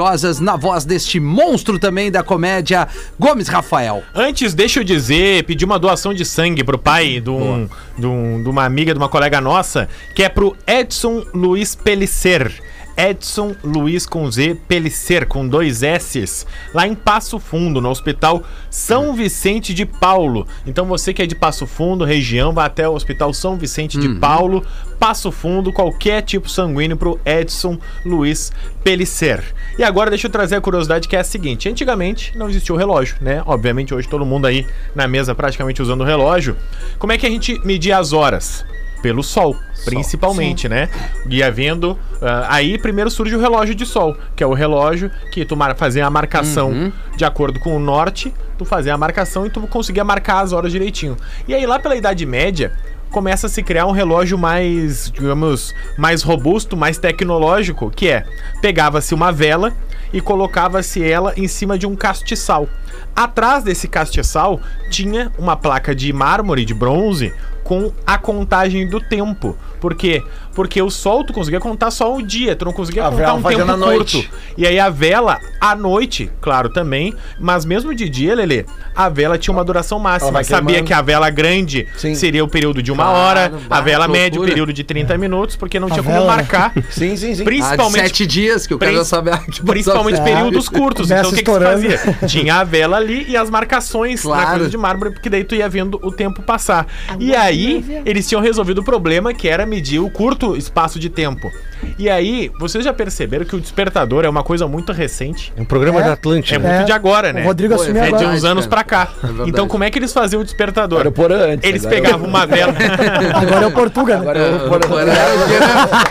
Speaker 2: na voz deste monstro também da comédia, Gomes Rafael.
Speaker 4: Antes, deixa eu dizer, pedir uma doação de sangue pro pai de, um, de, um- de uma amiga, de uma colega nossa, que é pro Edson Luiz Pelicer. Edson Luiz com Z, Pelicer, com dois S's, lá em Passo Fundo, no Hospital São Vicente de Paulo. Então você que é de Passo Fundo, região, vá até o Hospital São Vicente de Paulo, Passo Fundo, qualquer tipo sanguíneo pro Edson Luiz Pelicer. E agora deixa eu trazer a curiosidade que é a seguinte: antigamente não existia o relógio, né? Obviamente hoje todo mundo aí na mesa praticamente usando o relógio. Como é que a gente media as horas? Pelo sol, principalmente, né? E havendo. ah, aí primeiro surge o relógio de sol, que é o relógio que tu mar- fazia a marcação de acordo com o norte, tu fazia a marcação e tu conseguia marcar as horas direitinho. E aí lá pela Idade Média, começa a se criar um relógio mais, digamos, mais robusto, mais tecnológico, que é pegava-se uma vela e colocava-se ela em cima de um castiçal. Atrás desse castiçal tinha uma placa de mármore, de bronze, com a contagem do tempo. Por quê? Porque o sol tu conseguia contar só o dia, tu não conseguia
Speaker 5: A
Speaker 4: contar
Speaker 5: vela
Speaker 4: um
Speaker 5: fazia
Speaker 4: tempo
Speaker 5: na
Speaker 4: curto.
Speaker 5: noite.
Speaker 4: E aí a vela, à noite, claro também, mas mesmo de dia, Lelê, a vela tinha uma duração
Speaker 5: Ela
Speaker 4: máxima.
Speaker 5: vai
Speaker 4: Sabia
Speaker 5: queimando.
Speaker 4: que a vela grande seria o período de uma
Speaker 2: Claro,
Speaker 4: hora, a
Speaker 2: bah,
Speaker 4: vela
Speaker 2: que
Speaker 4: média, o
Speaker 2: loucura.
Speaker 4: período de 30 minutos, porque não tinha como
Speaker 3: vela, né?
Speaker 4: marcar.
Speaker 5: Sim, sim, sim.
Speaker 2: Há
Speaker 4: Principalmente
Speaker 2: sete dias que tá o cara
Speaker 4: Prin-
Speaker 2: sabe
Speaker 4: principalmente períodos curtos.
Speaker 3: Começa
Speaker 4: Então o que, que se
Speaker 3: estourando.
Speaker 4: fazia? Tinha a vela ali e as marcações na
Speaker 2: Claro.
Speaker 4: coisa de mármore, porque daí tu ia vendo o tempo passar. E aí, eles tinham resolvido o problema que era medir o curto espaço de tempo. E aí, vocês já perceberam que o despertador é uma coisa muito recente.
Speaker 8: Um programa
Speaker 3: É.
Speaker 8: da
Speaker 4: É
Speaker 8: Atlântida.
Speaker 4: muito de agora, né?
Speaker 3: O Rodrigo
Speaker 2: Pô, é
Speaker 3: assumiu
Speaker 4: É de
Speaker 3: agora.
Speaker 4: uns
Speaker 2: verdade,
Speaker 4: anos
Speaker 2: cara.
Speaker 4: pra cá.
Speaker 2: É verdade.
Speaker 4: então, como é que eles faziam o despertador?
Speaker 5: Era o Porã antes.
Speaker 4: Eles
Speaker 5: agora
Speaker 4: pegavam uma vela.
Speaker 3: Agora é o Portuga, né?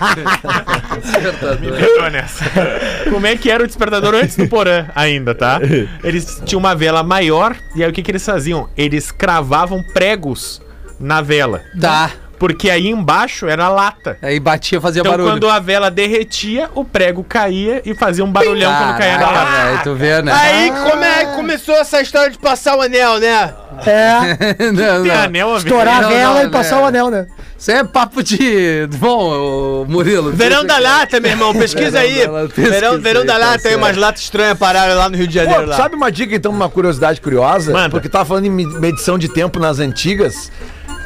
Speaker 4: é Me pegou nessa. Como é que era o despertador antes do Porã ainda, tá? Eles tinham uma vela maior e aí o que, que eles faziam? Eles cravavam pregos na vela.
Speaker 2: Tá.
Speaker 4: Porque aí embaixo era a lata.
Speaker 2: Aí batia, fazia
Speaker 4: Então
Speaker 2: barulho.
Speaker 4: quando a vela derretia, o prego caía e fazia um barulhão quando caía na
Speaker 2: Caraca,
Speaker 4: lata.
Speaker 2: velho, tu vê, né?
Speaker 9: Aí como é que começou essa história de passar o anel, né?
Speaker 3: É,
Speaker 2: Não,
Speaker 4: Tem
Speaker 2: não.
Speaker 4: anel, amigo?
Speaker 3: estourar
Speaker 2: Não,
Speaker 3: a vela
Speaker 2: não,
Speaker 3: e passar
Speaker 2: né?
Speaker 3: o anel, né?
Speaker 2: Isso é papo de. Bom, ô, Murilo.
Speaker 9: Verão da lata, meu irmão, pesquisa
Speaker 2: Verão
Speaker 9: aí.
Speaker 2: da
Speaker 9: Verão,
Speaker 2: lata, pesquisa
Speaker 9: verão
Speaker 2: aí,
Speaker 9: da
Speaker 2: tá
Speaker 9: lata, tem
Speaker 2: certo.
Speaker 9: umas latas estranhas pararam lá no Rio de Janeiro.
Speaker 5: Pô,
Speaker 9: lá.
Speaker 5: sabe uma dica, então, uma curiosidade curiosa?
Speaker 4: Manda.
Speaker 5: Porque tava falando em me- medição de tempo nas antigas.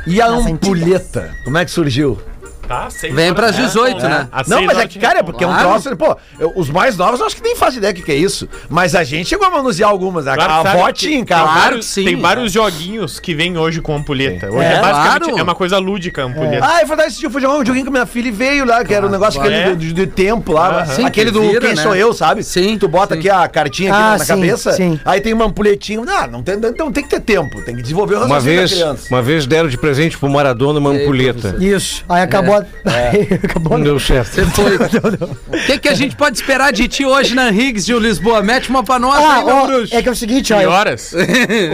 Speaker 5: E a
Speaker 3: Nas
Speaker 5: ampulheta? Como é que surgiu?
Speaker 4: Tá, seis
Speaker 2: Vem
Speaker 4: horas
Speaker 2: pras
Speaker 4: da manhã,
Speaker 2: 18, né?
Speaker 4: Às
Speaker 5: não,
Speaker 4: seis
Speaker 5: mas é
Speaker 4: horas
Speaker 5: que,
Speaker 4: de
Speaker 5: cara, é
Speaker 4: São
Speaker 5: porque é um
Speaker 2: Claro.
Speaker 5: troço. Pô, eu- os mais novos eu acho que nem fazem ideia o que, que é isso. Mas a gente chegou a manusear algumas. A,
Speaker 4: Claro,
Speaker 5: a
Speaker 4: sabe
Speaker 5: avó
Speaker 4: que é um
Speaker 5: tinha em
Speaker 4: Tem,
Speaker 5: casa.
Speaker 4: vários,
Speaker 2: sim.
Speaker 4: tem vários joguinhos que vêm hoje com ampulheta. Hoje é,
Speaker 2: É,
Speaker 4: basicamente
Speaker 2: claro.
Speaker 4: é uma coisa lúdica a ampulheta.
Speaker 5: Ah, é verdade, esse dia eu fui jogar um joguinho com minha filha e veio lá, que era o negócio
Speaker 4: claro.
Speaker 5: aquele
Speaker 4: É.
Speaker 5: do, do- do tempo lá.
Speaker 4: Aham. Sim,
Speaker 5: aquele
Speaker 2: que
Speaker 5: do
Speaker 2: vira,
Speaker 5: quem
Speaker 2: né?
Speaker 5: sou eu, sabe?
Speaker 2: Sim,
Speaker 5: Tu bota
Speaker 2: sim.
Speaker 5: aqui a cartinha aqui
Speaker 3: Ah,
Speaker 5: na, na
Speaker 3: sim,
Speaker 5: cabeça,
Speaker 3: sim.
Speaker 5: aí tem uma ampulhetinha. Ah, não tem, então tem que ter tempo, tem que desenvolver o
Speaker 8: Uma
Speaker 5: raciocínio
Speaker 8: vez, uma vez deram de presente pro Maradona uma ampulheta.
Speaker 3: Isso. Aí acabou. a- acabou.
Speaker 8: Não deu certo.
Speaker 2: Você foi. O que, que a gente pode esperar de ti hoje na Riggs, Gil Lisboa? Mete uma pra nós
Speaker 3: Ah,
Speaker 2: aí, meu
Speaker 3: ó,
Speaker 2: bruxo.
Speaker 3: é que é o seguinte, ó.
Speaker 4: Que
Speaker 3: eu-
Speaker 4: horas?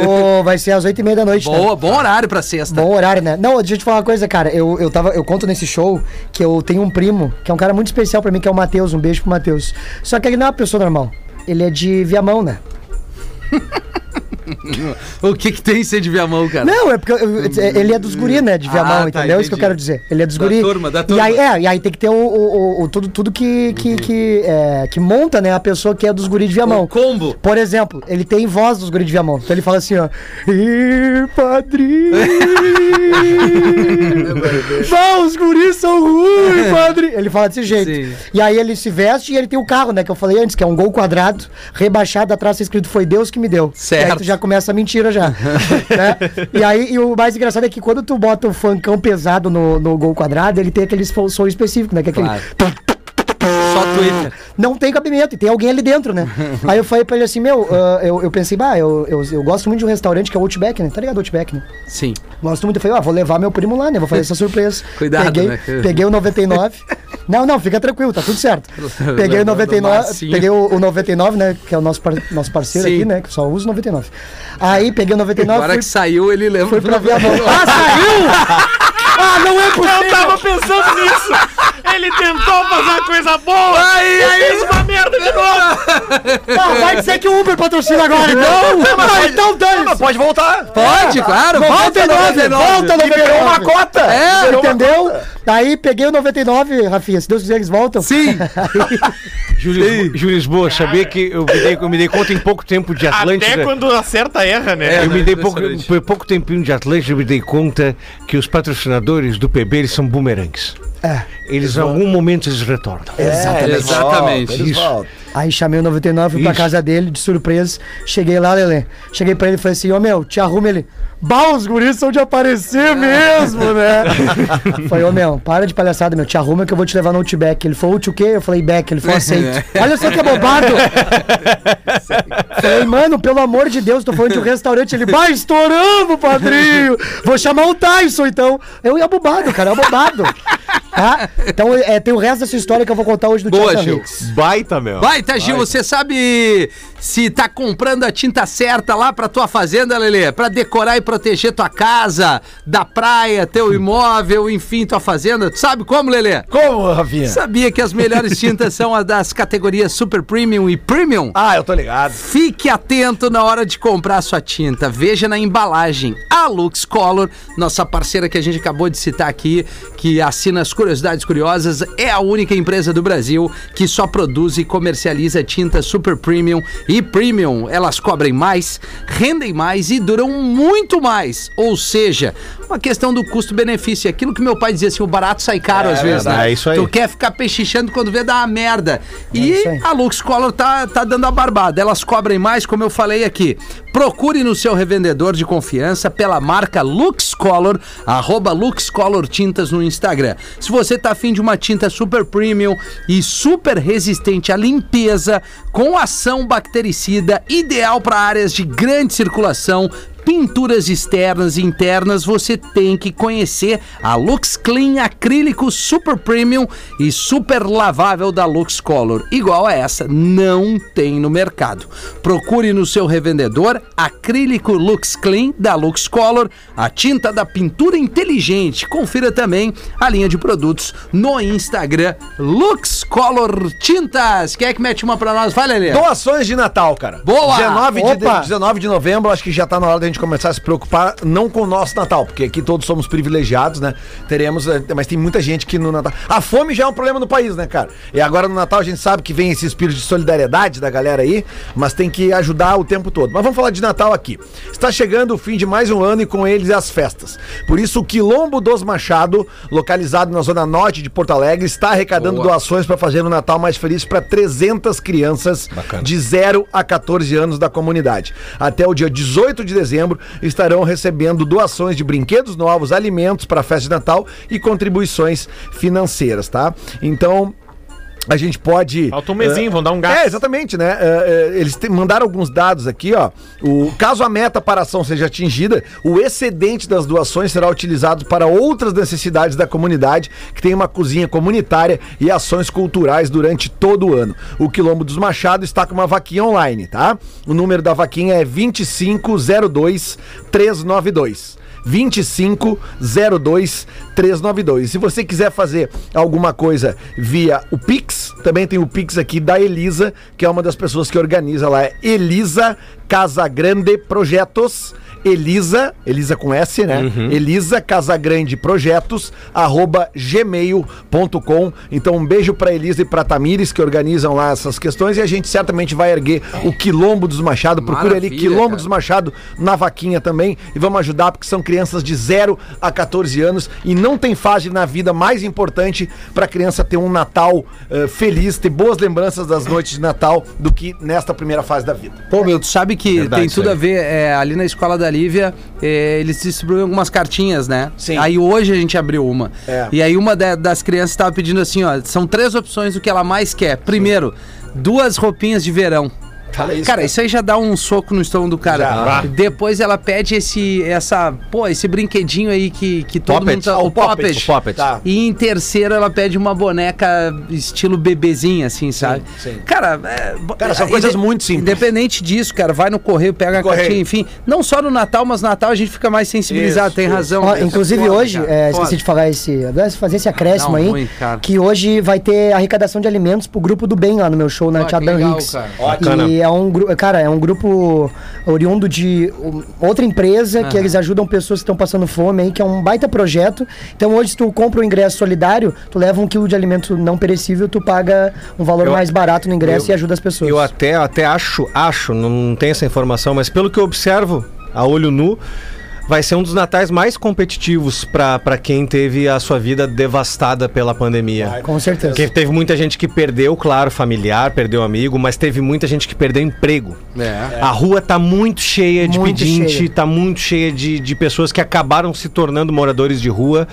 Speaker 3: ô, vai ser às oito e meia da noite. né?
Speaker 2: Boa, bom horário pra sexta.
Speaker 3: Bom horário, né? Não, deixa eu te falar uma coisa, cara. Eu, eu, tava, eu conto nesse show que eu tenho um primo, que é um cara muito especial pra mim, que é o Matheus. Um beijo pro Matheus. Só que ele não é uma pessoa normal. Ele é de Viamão, né?
Speaker 2: o que que tem ser de Viamão, cara?
Speaker 3: Não, é porque eu- eu- ele é dos guri, né? De Viamão,
Speaker 2: Ah, tá,
Speaker 3: entendeu? Isso que eu
Speaker 2: entendi.
Speaker 3: quero dizer. Ele é dos
Speaker 2: Da
Speaker 3: guri.
Speaker 2: turma, da
Speaker 3: E
Speaker 2: turma.
Speaker 3: aí, é, e aí tem que ter o, o- o- o tudo, tudo que, que, que, é, que monta, né? A pessoa que é dos guri de Viamão.
Speaker 2: Um combo.
Speaker 3: Por exemplo, ele tem voz dos guri de Viamão. Então ele fala assim, ó. Ih, padrinho! Não, os guris são ruins, padre! Ele fala desse jeito.
Speaker 2: É. Sim.
Speaker 3: E aí ele se veste e ele tem o carro, né? Que eu falei antes, que é um gol quadrado, rebaixado, atrás tá escrito foi Deus que me deu.
Speaker 2: Certo.
Speaker 3: E aí tu já começa a mentira já. né? E aí, e o mais engraçado é que quando tu bota o funkão pesado no, no gol quadrado, ele tem aquele fo- som específico, né? Que é aquele...
Speaker 2: Claro. Só Twitter.
Speaker 3: Não tem cabimento, e tem alguém ali dentro, né? aí eu falei pra ele assim, meu, ah, eu, eu pensei, bah, eu, eu, eu gosto muito de um restaurante que é o Outback, né? Tá ligado, Outback, né?
Speaker 2: Sim.
Speaker 3: Gosto muito. Eu falei, ah, vou levar meu primo lá, né? Vou fazer essa surpresa.
Speaker 2: Cuidado,
Speaker 3: peguei,
Speaker 2: né?
Speaker 3: Peguei o 99. Não, não, fica tranquilo, tá tudo certo. Peguei o
Speaker 2: Lembrando
Speaker 3: 99,
Speaker 2: Marcinho.
Speaker 3: peguei o, o 99, né? Que é o nosso, par- nosso parceiro
Speaker 2: Sim.
Speaker 3: aqui, né? Que só usa o 99. Aí peguei o 99.
Speaker 2: Agora
Speaker 3: fui-
Speaker 2: que saiu, ele lembra.
Speaker 3: Fui Ah, pra Viamão. Ah, saiu! Ah, não é possível!
Speaker 4: Eu tava pensando nisso! Ele tentou fazer uma coisa boa! Aí,
Speaker 2: é
Speaker 4: aí, uma merda de novo!
Speaker 3: Ah, vai dizer que o Uber patrocina agora, então! Ah, então dane
Speaker 9: Pode voltar.
Speaker 2: Pode,
Speaker 3: Ah,
Speaker 2: claro. Volta,
Speaker 3: 99,
Speaker 2: volta,
Speaker 3: volta 99! Liberou uma
Speaker 9: cota.
Speaker 2: É,
Speaker 3: entendeu? Aí peguei o 99, Rafinha. Se Deus quiser, eles voltam.
Speaker 2: Sim.
Speaker 8: Júlio Júlio Lisboa, saber que eu me, dei, eu me dei conta em pouco tempo de Atlântida.
Speaker 4: Até quando acerta, erra, né?
Speaker 8: Eu me dei pouco,
Speaker 2: impressionante.
Speaker 8: por pouco tempinho de Atlântida, eu me dei conta que os patrocinadores do PB eles são bumerangues.
Speaker 3: É.
Speaker 8: Eles, em algum momento, eles retornam.
Speaker 3: Exatamente.
Speaker 2: É, Exatamente.
Speaker 8: Isso.
Speaker 3: Aí chamei o 99, fui pra
Speaker 8: Ixi.
Speaker 3: casa dele, de surpresa. Cheguei lá, Lelê. Cheguei pra ele e falei assim: Ô meu, te arruma ele. Bah, os guris são de aparecer mesmo, né? falei, ô meu, para de palhaçada, meu, te arruma que eu vou te levar no Outback. Ele falou, out o quê? Eu falei, back. Ele falou, aceito.
Speaker 2: É.
Speaker 3: Olha só que bobado. falei, mano, pelo amor de Deus, tô falando de um restaurante. Ele, bah, estouramos, padrinho. Vou chamar o Tyson, então. Eu ia bobado, cara, é bobado. Tá? Então é, tem o resto dessa história que eu vou contar hoje no
Speaker 2: Boa,
Speaker 3: Tchau,
Speaker 2: Gil.
Speaker 3: Henriques.
Speaker 9: Baita, meu.
Speaker 2: Vai, tá, Gil, você sabe se tá comprando a tinta certa lá pra tua fazenda, Lelê? Pra decorar e proteger tua casa, da praia,
Speaker 5: Hum.
Speaker 2: teu imóvel, enfim, tua fazenda. Tu sabe como, Lelê?
Speaker 5: Como, Rafinha?
Speaker 2: Sabia que as melhores tintas são as das categorias Super Premium e Premium?
Speaker 5: Ah, eu tô ligado.
Speaker 2: Fique atento na hora de comprar sua tinta. Veja na embalagem. A Lux Color, nossa parceira que a gente acabou de citar aqui, que assina as curiosidades curiosas, é a única empresa do Brasil que só produz e comercializa tinta super premium e premium. Elas cobrem mais, rendem mais e duram muito mais. Ou seja, uma questão do custo-benefício. É Aquilo que meu pai dizia assim, o barato sai caro às vezes,
Speaker 8: verdade,
Speaker 2: né?
Speaker 8: é isso aí.
Speaker 2: Tu quer ficar pechichando quando vê dá uma merda. e
Speaker 3: isso aí.
Speaker 2: a Lux Color tá, tá dando a barbada. Elas cobrem mais, como eu falei aqui. Procure no seu revendedor de confiança pela marca Lux Color, arroba Lux Color Tintas no Instagram. Se você tá afim de uma tinta super premium e super resistente à limpeza, com ação bactericida, ideal para áreas de grande circulação, Pinturas externas e internas você tem que conhecer a Lux Clean Acrílico Super Premium e Super Lavável da Lux Color. Igual a essa, não tem no mercado. Procure no seu revendedor Acrílico Lux Clean da Lux Color, a tinta da pintura inteligente. Confira também a linha de produtos no Instagram Lux Color Tintas. Quem é que mete uma pra nós? Vai, Lelê.
Speaker 5: Doações de Natal, cara.
Speaker 2: Boa!
Speaker 5: 19 de,
Speaker 3: Opa!
Speaker 5: 19 de novembro, acho que já tá na hora da gente começar a se preocupar, não com o nosso Natal, porque aqui todos somos privilegiados, né? Teremos, eh, mas tem muita gente que no Natal. A fome já é um problema no país, né, cara? E agora no Natal a gente sabe que vem esse espírito de solidariedade da galera aí, mas tem que ajudar o tempo todo. Mas vamos falar de Natal aqui. Está chegando o fim de mais um ano e com eles as festas. Por isso, o Quilombo dos Machado, localizado na zona norte de Porto Alegre, está arrecadando doações para fazer um Natal mais feliz para 300 crianças de 0 a 14 anos da comunidade. Até o dia 18 de dezembro estarão recebendo doações de brinquedos novos, alimentos para a festa de Natal e contribuições financeiras, tá? Então, a gente pode.
Speaker 4: Falta um mesinho,
Speaker 5: eh,
Speaker 4: vão dar um gasto.
Speaker 5: É, exatamente, né? Eh, eh, eles te- mandaram alguns dados aqui, ó. O, caso a meta para a ação seja atingida, o excedente das doações será utilizado para outras necessidades da comunidade, que tem uma cozinha comunitária e ações culturais durante todo o ano. O Quilombo dos Machado está com uma vaquinha online, tá? O número da vaquinha é 2502 392. 25 02 392. Se você quiser fazer alguma coisa via o Pix, também tem o Pix aqui da Elisa, que é uma das pessoas que organiza lá. É Elisa Casagrande Projetos. Elisa, Elisa com S, né? Elisa Casagrande Projetos, arroba gmail.com. Então, um beijo pra Elisa e pra Tamires, que organizam lá essas questões, e a gente certamente vai erguer o Quilombo dos Machado. Procura ali
Speaker 2: Maravilha,
Speaker 5: Quilombo
Speaker 2: cara.
Speaker 5: dos Machado na vaquinha também, e vamos ajudar, porque são crianças de 0 a 14 anos, e não tem fase na vida mais importante pra criança ter um Natal eh, feliz, ter boas lembranças das noites de Natal, do que nesta primeira fase da vida.
Speaker 2: Pô, meu, tu sabe que
Speaker 5: Verdade,
Speaker 2: tem tudo
Speaker 5: isso
Speaker 2: a
Speaker 5: aí.
Speaker 2: ver. é, ali na escola da Lívia, é, eles distribuíam algumas cartinhas, né?
Speaker 5: Sim.
Speaker 2: Aí hoje a gente abriu uma.
Speaker 5: É.
Speaker 2: E aí uma da- das crianças estava pedindo assim, ó, são três opções do que ela mais quer. Primeiro, duas roupinhas de verão.
Speaker 5: Fala isso,
Speaker 2: cara,
Speaker 5: cara.
Speaker 2: isso aí já dá um soco no estômago do cara. Depois ela pede esse, essa, pô, esse brinquedinho aí que, que todo
Speaker 6: Poppet.
Speaker 2: mundo tá,
Speaker 6: Ah, o Poppet. O Poppet.
Speaker 5: Tá.
Speaker 2: E em terceiro ela pede uma boneca estilo bebezinha, assim, sabe?
Speaker 5: sim.
Speaker 2: Cara, é, bo-
Speaker 5: Cara, são coisas muito simples.
Speaker 2: Independente disso, cara, vai no correio, pega a
Speaker 5: Correio.
Speaker 2: cartinha, enfim. Não só no Natal, mas Natal a gente fica mais sensibilizado, tem razão.
Speaker 3: Ó,
Speaker 2: né?
Speaker 3: inclusive
Speaker 2: Foda,
Speaker 3: hoje,
Speaker 2: cara,
Speaker 3: é,
Speaker 2: foda.
Speaker 3: esqueci de falar esse. agora Fazer esse acréscimo
Speaker 2: Não,
Speaker 3: aí.
Speaker 2: ruim, cara.
Speaker 3: que hoje vai ter arrecadação de alimentos pro grupo do bem lá no meu show na
Speaker 2: Ah, que
Speaker 3: Tia Dan
Speaker 2: legal,
Speaker 3: Hicks.
Speaker 2: cara.
Speaker 3: E é um grupo. Cara, é um grupo oriundo de um, outra empresa que eles ajudam pessoas que estão passando fome aí, que é um baita projeto. Então hoje, se tu compra o ingresso solidário, tu leva um quilo de alimento não perecível, tu paga um valor
Speaker 6: Eu-
Speaker 3: mais barato no ingresso
Speaker 6: eu-
Speaker 3: e ajuda as pessoas.
Speaker 6: Eu até, até acho, acho, não, não tenho essa informação, mas pelo que eu observo, a olho nu, vai ser um dos natais mais competitivos para quem teve a sua vida devastada pela pandemia.
Speaker 3: Com certeza.
Speaker 6: Porque teve muita gente que perdeu, claro, familiar, perdeu amigo, mas teve muita gente que perdeu emprego.
Speaker 2: É.
Speaker 6: A rua tá muito cheia de
Speaker 3: Muito
Speaker 6: pedinte,
Speaker 3: cheia.
Speaker 6: tá muito cheia de, de pessoas que acabaram se tornando moradores de rua.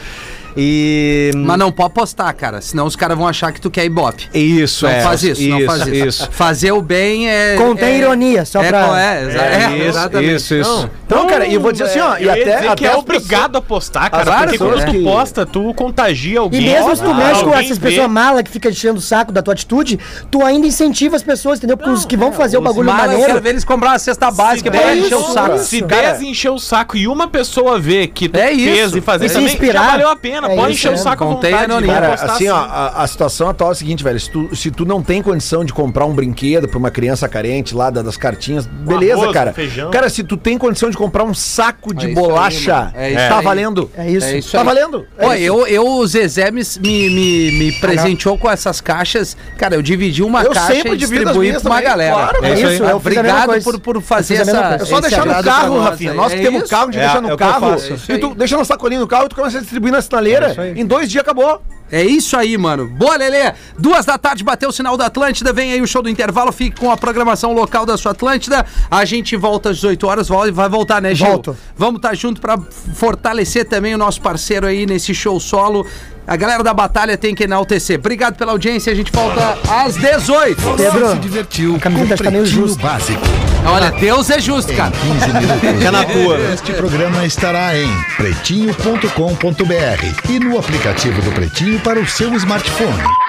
Speaker 6: E.
Speaker 2: Mas não pode postar, cara, senão os caras vão achar que tu quer ibope.
Speaker 6: Isso,
Speaker 2: Não
Speaker 6: é.
Speaker 2: faz isso, não faz isso. Fazer o bem é.
Speaker 3: Contém
Speaker 2: é-
Speaker 3: ironia, só
Speaker 2: é,
Speaker 3: pra-
Speaker 2: co- É, exa-
Speaker 6: É,
Speaker 2: é,
Speaker 6: isso,
Speaker 2: exatamente.
Speaker 6: isso, isso.
Speaker 5: Então, cara, e eu vou dizer assim, ó,
Speaker 4: Eu
Speaker 5: e
Speaker 4: ia
Speaker 5: até,
Speaker 4: dizer
Speaker 5: até
Speaker 4: que é
Speaker 5: as
Speaker 4: obrigado a postar, cara,
Speaker 5: As
Speaker 4: porque
Speaker 5: pessoas
Speaker 4: quando
Speaker 5: que-
Speaker 4: tu posta, tu contagia
Speaker 3: E
Speaker 4: alguém.
Speaker 3: mesmo se tu
Speaker 4: Ah, alguém
Speaker 3: mexe com
Speaker 4: vê.
Speaker 3: essas pessoas malas que ficam enchendo o saco da tua atitude, tu ainda incentiva as pessoas, entendeu? Porque os que vão fazer o bagulho
Speaker 2: Mas eu quero
Speaker 3: maneiro.
Speaker 2: ver eles comprar uma cesta básica pra
Speaker 3: der
Speaker 2: encher o
Speaker 3: isso,
Speaker 2: saco.
Speaker 3: cara.
Speaker 4: Se
Speaker 5: Cara,
Speaker 4: 10 encher o saco e uma pessoa ver que tu
Speaker 2: É isso.
Speaker 4: fez e fazer
Speaker 3: E se
Speaker 4: também,
Speaker 3: inspirar.
Speaker 4: já valeu a pena.
Speaker 3: É
Speaker 4: Pode
Speaker 3: isso,
Speaker 4: encher
Speaker 3: é.
Speaker 4: o saco à
Speaker 2: Contém
Speaker 4: vontade.
Speaker 2: anonimato.
Speaker 4: vai
Speaker 5: Cara,
Speaker 4: postar
Speaker 5: assim, ó,
Speaker 4: sim.
Speaker 5: a, a situação atual é a seguinte, velho. Se tu, se tu não tem condição de comprar um brinquedo pra uma criança carente lá da- das cartinhas, beleza,
Speaker 4: arroz,
Speaker 5: cara.
Speaker 4: um feijão.
Speaker 5: Cara, se tu tem condição de comprar um saco
Speaker 2: isso
Speaker 5: de
Speaker 2: aí,
Speaker 5: bolacha,
Speaker 2: mano. É isso
Speaker 5: tá
Speaker 2: aí.
Speaker 5: valendo.
Speaker 3: É isso.
Speaker 2: É isso
Speaker 5: Tá
Speaker 2: aí.
Speaker 5: valendo. É
Speaker 2: Pô,
Speaker 5: isso.
Speaker 2: eu, eu, o Zezé me, me, me, me presenteou com essas caixas. Cara, eu dividi uma
Speaker 5: Eu
Speaker 2: caixa
Speaker 5: sempre
Speaker 2: e
Speaker 5: divido as
Speaker 2: distribuí pra
Speaker 5: minhas
Speaker 2: uma
Speaker 5: também,
Speaker 2: galera.
Speaker 5: claro,
Speaker 3: É isso, eu fiz a mesma
Speaker 2: Obrigado
Speaker 3: coisa.
Speaker 2: por, por
Speaker 3: Eu
Speaker 2: fazer
Speaker 3: fiz a mesma
Speaker 2: essa.
Speaker 3: coisa.
Speaker 5: É só
Speaker 2: esse
Speaker 5: deixar no
Speaker 2: agrado pra
Speaker 5: carro,
Speaker 2: nós
Speaker 5: Rafinha.
Speaker 2: aí.
Speaker 5: Nós que
Speaker 2: É
Speaker 5: temos
Speaker 2: isso.
Speaker 5: carro, a gente
Speaker 6: É,
Speaker 5: deixa
Speaker 6: é
Speaker 5: no
Speaker 6: o que eu
Speaker 5: carro.
Speaker 6: faço. É
Speaker 2: É isso
Speaker 5: E tu
Speaker 2: aí.
Speaker 5: deixa no sacolinho do carro, tu começa a distribuir na sinaleira. em dois dias acabou.
Speaker 2: É isso aí, mano. Boa, Lelê. Duas da tarde, bateu o sinal da Atlântida. Vem aí o show do intervalo. Fique com a programação local da sua Atlântida. A gente volta às 18 horas. Vol- Vai voltar, né, Gil?
Speaker 3: Volto.
Speaker 2: Vamos estar junto pra fortalecer também o nosso parceiro aí nesse show solo. A galera da batalha tem que enaltecer. Obrigado pela audiência. A gente volta às 18.
Speaker 3: Pedro,
Speaker 10: divertiu
Speaker 3: a camiseta tá meio justa.
Speaker 10: básico.
Speaker 2: Olha, Deus é justo, cara.
Speaker 10: 15 minutos.
Speaker 6: É na tua.
Speaker 10: Este programa estará em pretinho.com.br e no aplicativo do Pretinho para o seu smartphone.